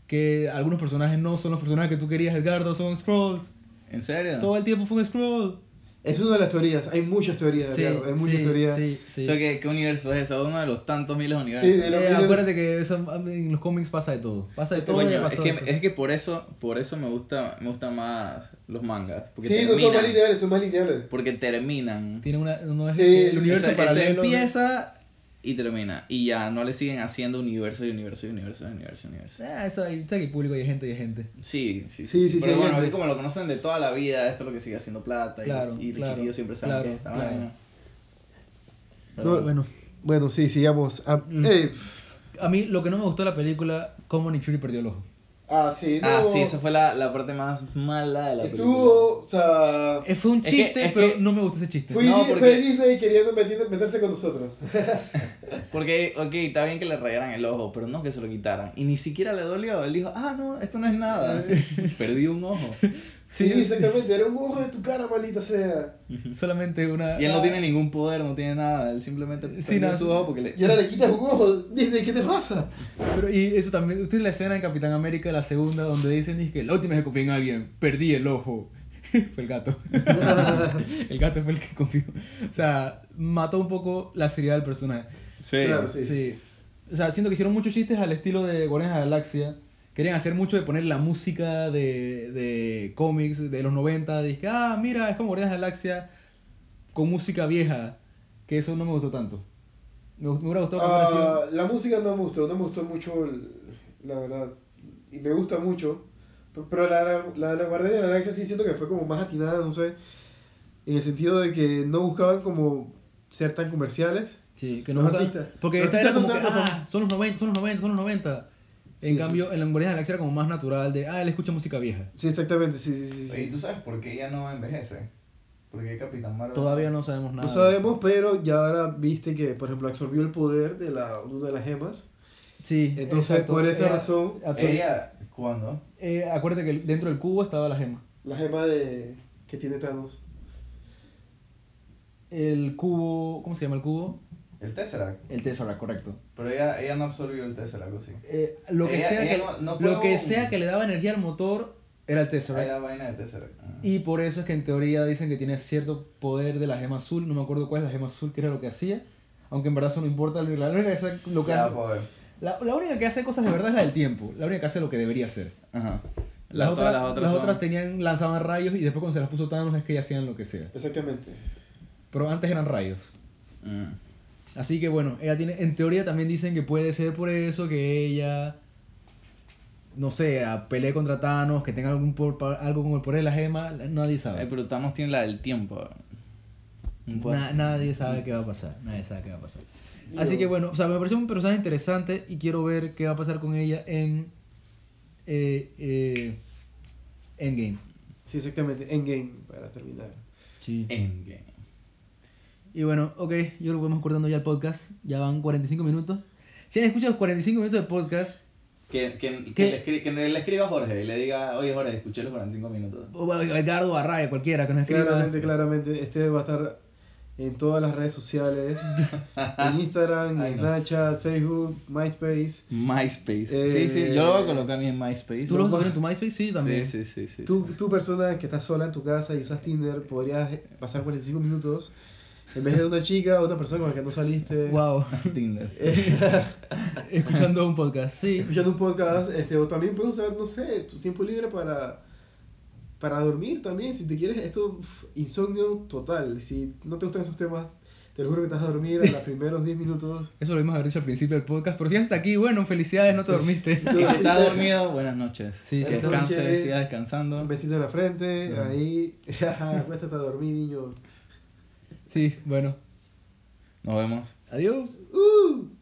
S2: Que algunos personajes no son los personajes que tú querías, Edgardo, son Scrolls.
S1: ¿En serio?
S2: Todo el tiempo fue un Scroll.
S3: Es una de las teorías, hay muchas teorías, claro, hay muchas teorías.
S2: Sí, sí.
S1: O sea, ¿qué, qué universo es ese? Uno de los tantos miles de universos.
S3: Sí, de los
S2: Eh,
S3: miles-
S2: acuérdate que eso, en los cómics pasa de todo. Pasa de todo.
S1: Coño,
S2: y ha
S1: es,
S2: pasado
S1: que,
S2: de todo.
S1: es que por eso, por eso me gusta, me gustan más los mangas. Porque
S3: Sí, no son más lineales, son más lineales.
S1: Porque terminan.
S2: Tiene una. No es
S3: Sí,
S2: el
S3: sí,
S2: universo
S1: o sea, eso
S2: paralelo.
S1: empieza y termina. Y ya no le siguen haciendo universo y universo y universo y universo y universo.
S2: Ah, eso hay, hay público y hay gente y hay gente.
S1: Sí, sí, sí.
S3: Sí, sí,
S1: pero
S3: sí,
S1: bueno,
S3: gente.
S1: es como lo conocen de toda la vida, esto es lo que sigue haciendo plata. y-
S2: Claro,
S1: y los
S2: claro,
S1: chiquillos siempre saben
S2: claro,
S1: que esta
S2: claro.
S1: vaina. Pero bueno.
S2: Pero bueno,
S3: Bueno, sí, sigamos. Ah,
S2: Mm.
S3: eh,
S2: a mí lo que no me gustó de la película, cómo Nick Fury perdió el ojo.
S3: ah, sí, no.
S1: Ah, sí, esa fue la, la parte más mala de la película.
S3: Estuvo, o sea,
S2: Eh, Fue un
S1: Es que-
S2: chiste,
S1: es
S2: pero
S1: que-
S2: Eh, no me gustó ese chiste.
S3: fui,
S1: No,
S3: fue
S1: porque-
S3: Disney queriendo metiendo- meterse con nosotros.
S1: Porque, ok, está bien que le rayaran el ojo, pero no que se lo quitaran. Y ni siquiera le dolió. Él dijo, ah, no, esto no es nada. Perdí un ojo.
S3: Sí, exactamente, era un ojo de tu cara, maldita sea.
S2: Solamente una.
S1: Y él no tiene ningún poder, no tiene nada. Él simplemente
S2: Ah. Sí,
S1: perdió
S2: no,
S1: su
S2: sí.
S1: ojo porque le...
S3: Y ahora le quitas un ojo, Disney, ¿qué te pasa?
S2: Pero, y eso también. Usted la escena en Capitán América, la segunda, donde dicen es que la última vez que confié en alguien, perdí el ojo. fue el gato. el gato fue el que confió. O sea, mató un poco la seriedad del personaje.
S1: Sí.
S3: Claro,
S2: Sí.
S3: Sí.
S2: O sea, siento que hicieron muchos chistes al estilo de Guardianes de la Galaxia. Querían hacer mucho de poner la música de, de cómics de los 90. Dije, ah, mira, es como Guardianes de la Galaxia con música vieja. Que eso no me gustó tanto. Me, gust- me hubiera gustado que hubiera sido-
S3: Ah, la música no me gustó, no me gustó mucho, el- la verdad. Y me gusta mucho. p- Pero la, la, la, la Guardiana de la Galaxia sí siento que fue como más atinada, no sé. En el sentido de que no buscaban como ser tan comerciales.
S2: Sí, que no
S3: Los
S2: gusta-
S3: artistas.
S2: Porque
S3: Los
S2: esta era
S3: artistas
S2: como que,
S3: no estaban-
S2: ah, son los 90, son los 90, son los 90. En
S3: Sí, sí,
S2: cambio, en la Guardianes de la Galaxia era como más natural de, ah, él escucha música vieja.
S3: Sí, exactamente, sí, sí, sí. sí.
S1: Oye, ¿tú sabes por qué ella no envejece? Porque Capitán Marvel...
S2: Todavía no sabemos nada.
S3: No sabemos, pero ya ahora viste que, por ejemplo, absorbió el poder de la, una de las gemas.
S2: Sí,
S3: Entonces,
S2: exacto.
S3: por esa
S2: Ella-
S3: razón,
S2: absor-
S1: Ella, ¿cuándo?
S2: eh, acuérdate que dentro del cubo estaba la gema.
S3: la gema de que tiene Thanos.
S2: El cubo, ¿cómo se llama el cubo?
S1: El Tesseract.
S2: El Tesseract, correcto.
S1: Pero ella, ella no absorbió el Tesseract, ¿o sí?
S2: Eh, lo que,
S1: Ella-
S2: sea,
S1: ella
S2: que,
S1: no- no fue
S2: lo que
S1: un-
S2: sea que le daba energía al motor era el
S1: Ah,
S2: Tesseract.
S1: Era vaina de Tesseract. Ah.
S2: Y por eso es que en teoría dicen que tiene cierto poder de la gema azul. No me acuerdo cuál es la gema azul, que era lo que hacía. Aunque en verdad eso no importa. La única que hace, lo que
S1: Ya, pues.
S2: hace-
S1: poder.
S2: la, la única que hace cosas de verdad es la del tiempo. La única que hace lo que debería hacer.
S1: Ajá.
S2: Las,
S1: todas
S2: otras, las, otras,
S1: son-
S2: tenían, lanzaban rayos y después cuando se las puso Thanos es que ellas hacían lo que sea.
S3: Exactamente.
S2: Pero antes eran rayos.
S1: Mm.
S2: Así que bueno, ella tiene, en teoría también dicen que puede ser por eso que ella, no sé, a- pelee contra Thanos, que tenga algún por, pa- algo como el poder de la gema, la- nadie
S1: Ay, pues,
S2: sabe.
S1: pero Thanos tiene la del tiempo. Un poder.
S2: Na- nadie sabe qué va a pasar, nadie sabe qué va a pasar. Así que bueno, o sea, me pareció un personaje interesante y quiero ver qué va a pasar con ella en eh, eh, Endgame.
S3: Sí, exactamente. Endgame, para terminar.
S2: Sí.
S1: Endgame.
S2: Y bueno, ok, yo lo vamos cortando ya el podcast. Ya van 45 minutos. Si han escuchado los 45 minutos de podcast,
S1: Que, que,
S2: ¿Qué?
S1: que, le escri- que le escriba a Jorge y le diga, oye Jorge, escuché los 45 minutos.
S2: o a Edgardo Barraya, cualquiera que nos escriba.
S3: Claramente, claramente. Este va a estar en todas las redes sociales. en Instagram,
S1: Ay,
S3: en
S1: no.
S3: Snapchat, Facebook, MySpace.
S1: MySpace. sí,
S3: Eh,
S1: sí, yo lo voy a colocar en MySpace.
S2: ¿Tú lo vas a poner en tu MySpace? Sí, también.
S1: Sí, sí, sí. sí,
S3: Tú, tú, persona que estás sola en tu casa y usas Tinder, podrías pasar 45 minutos en vez de una chica o una persona con la que no saliste.
S2: Wow,
S1: sí. Tinder.
S2: escuchando un podcast, sí.
S3: escuchando un podcast, este, o también puedes usar, no sé, tu tiempo libre para, para dormir también, si te quieres, esto, uf, insomnio total, si no te gustan esos temas, te lo juro que te vas a dormir en los primeros 10 minutos.
S2: Eso lo vimos haber dicho al principio del podcast, pero si hasta aquí, bueno, felicidades, no te dormiste.
S1: Y si estás dormido, buenas noches.
S2: Sí, sí,
S1: descanse,
S3: noches.
S1: siga
S3: Un
S1: descansando.
S3: besito en la frente, ahí, cuesta hasta dormir, niño.
S2: Sí, bueno.
S1: Nos vemos.
S2: Adiós.
S3: ¡Uh!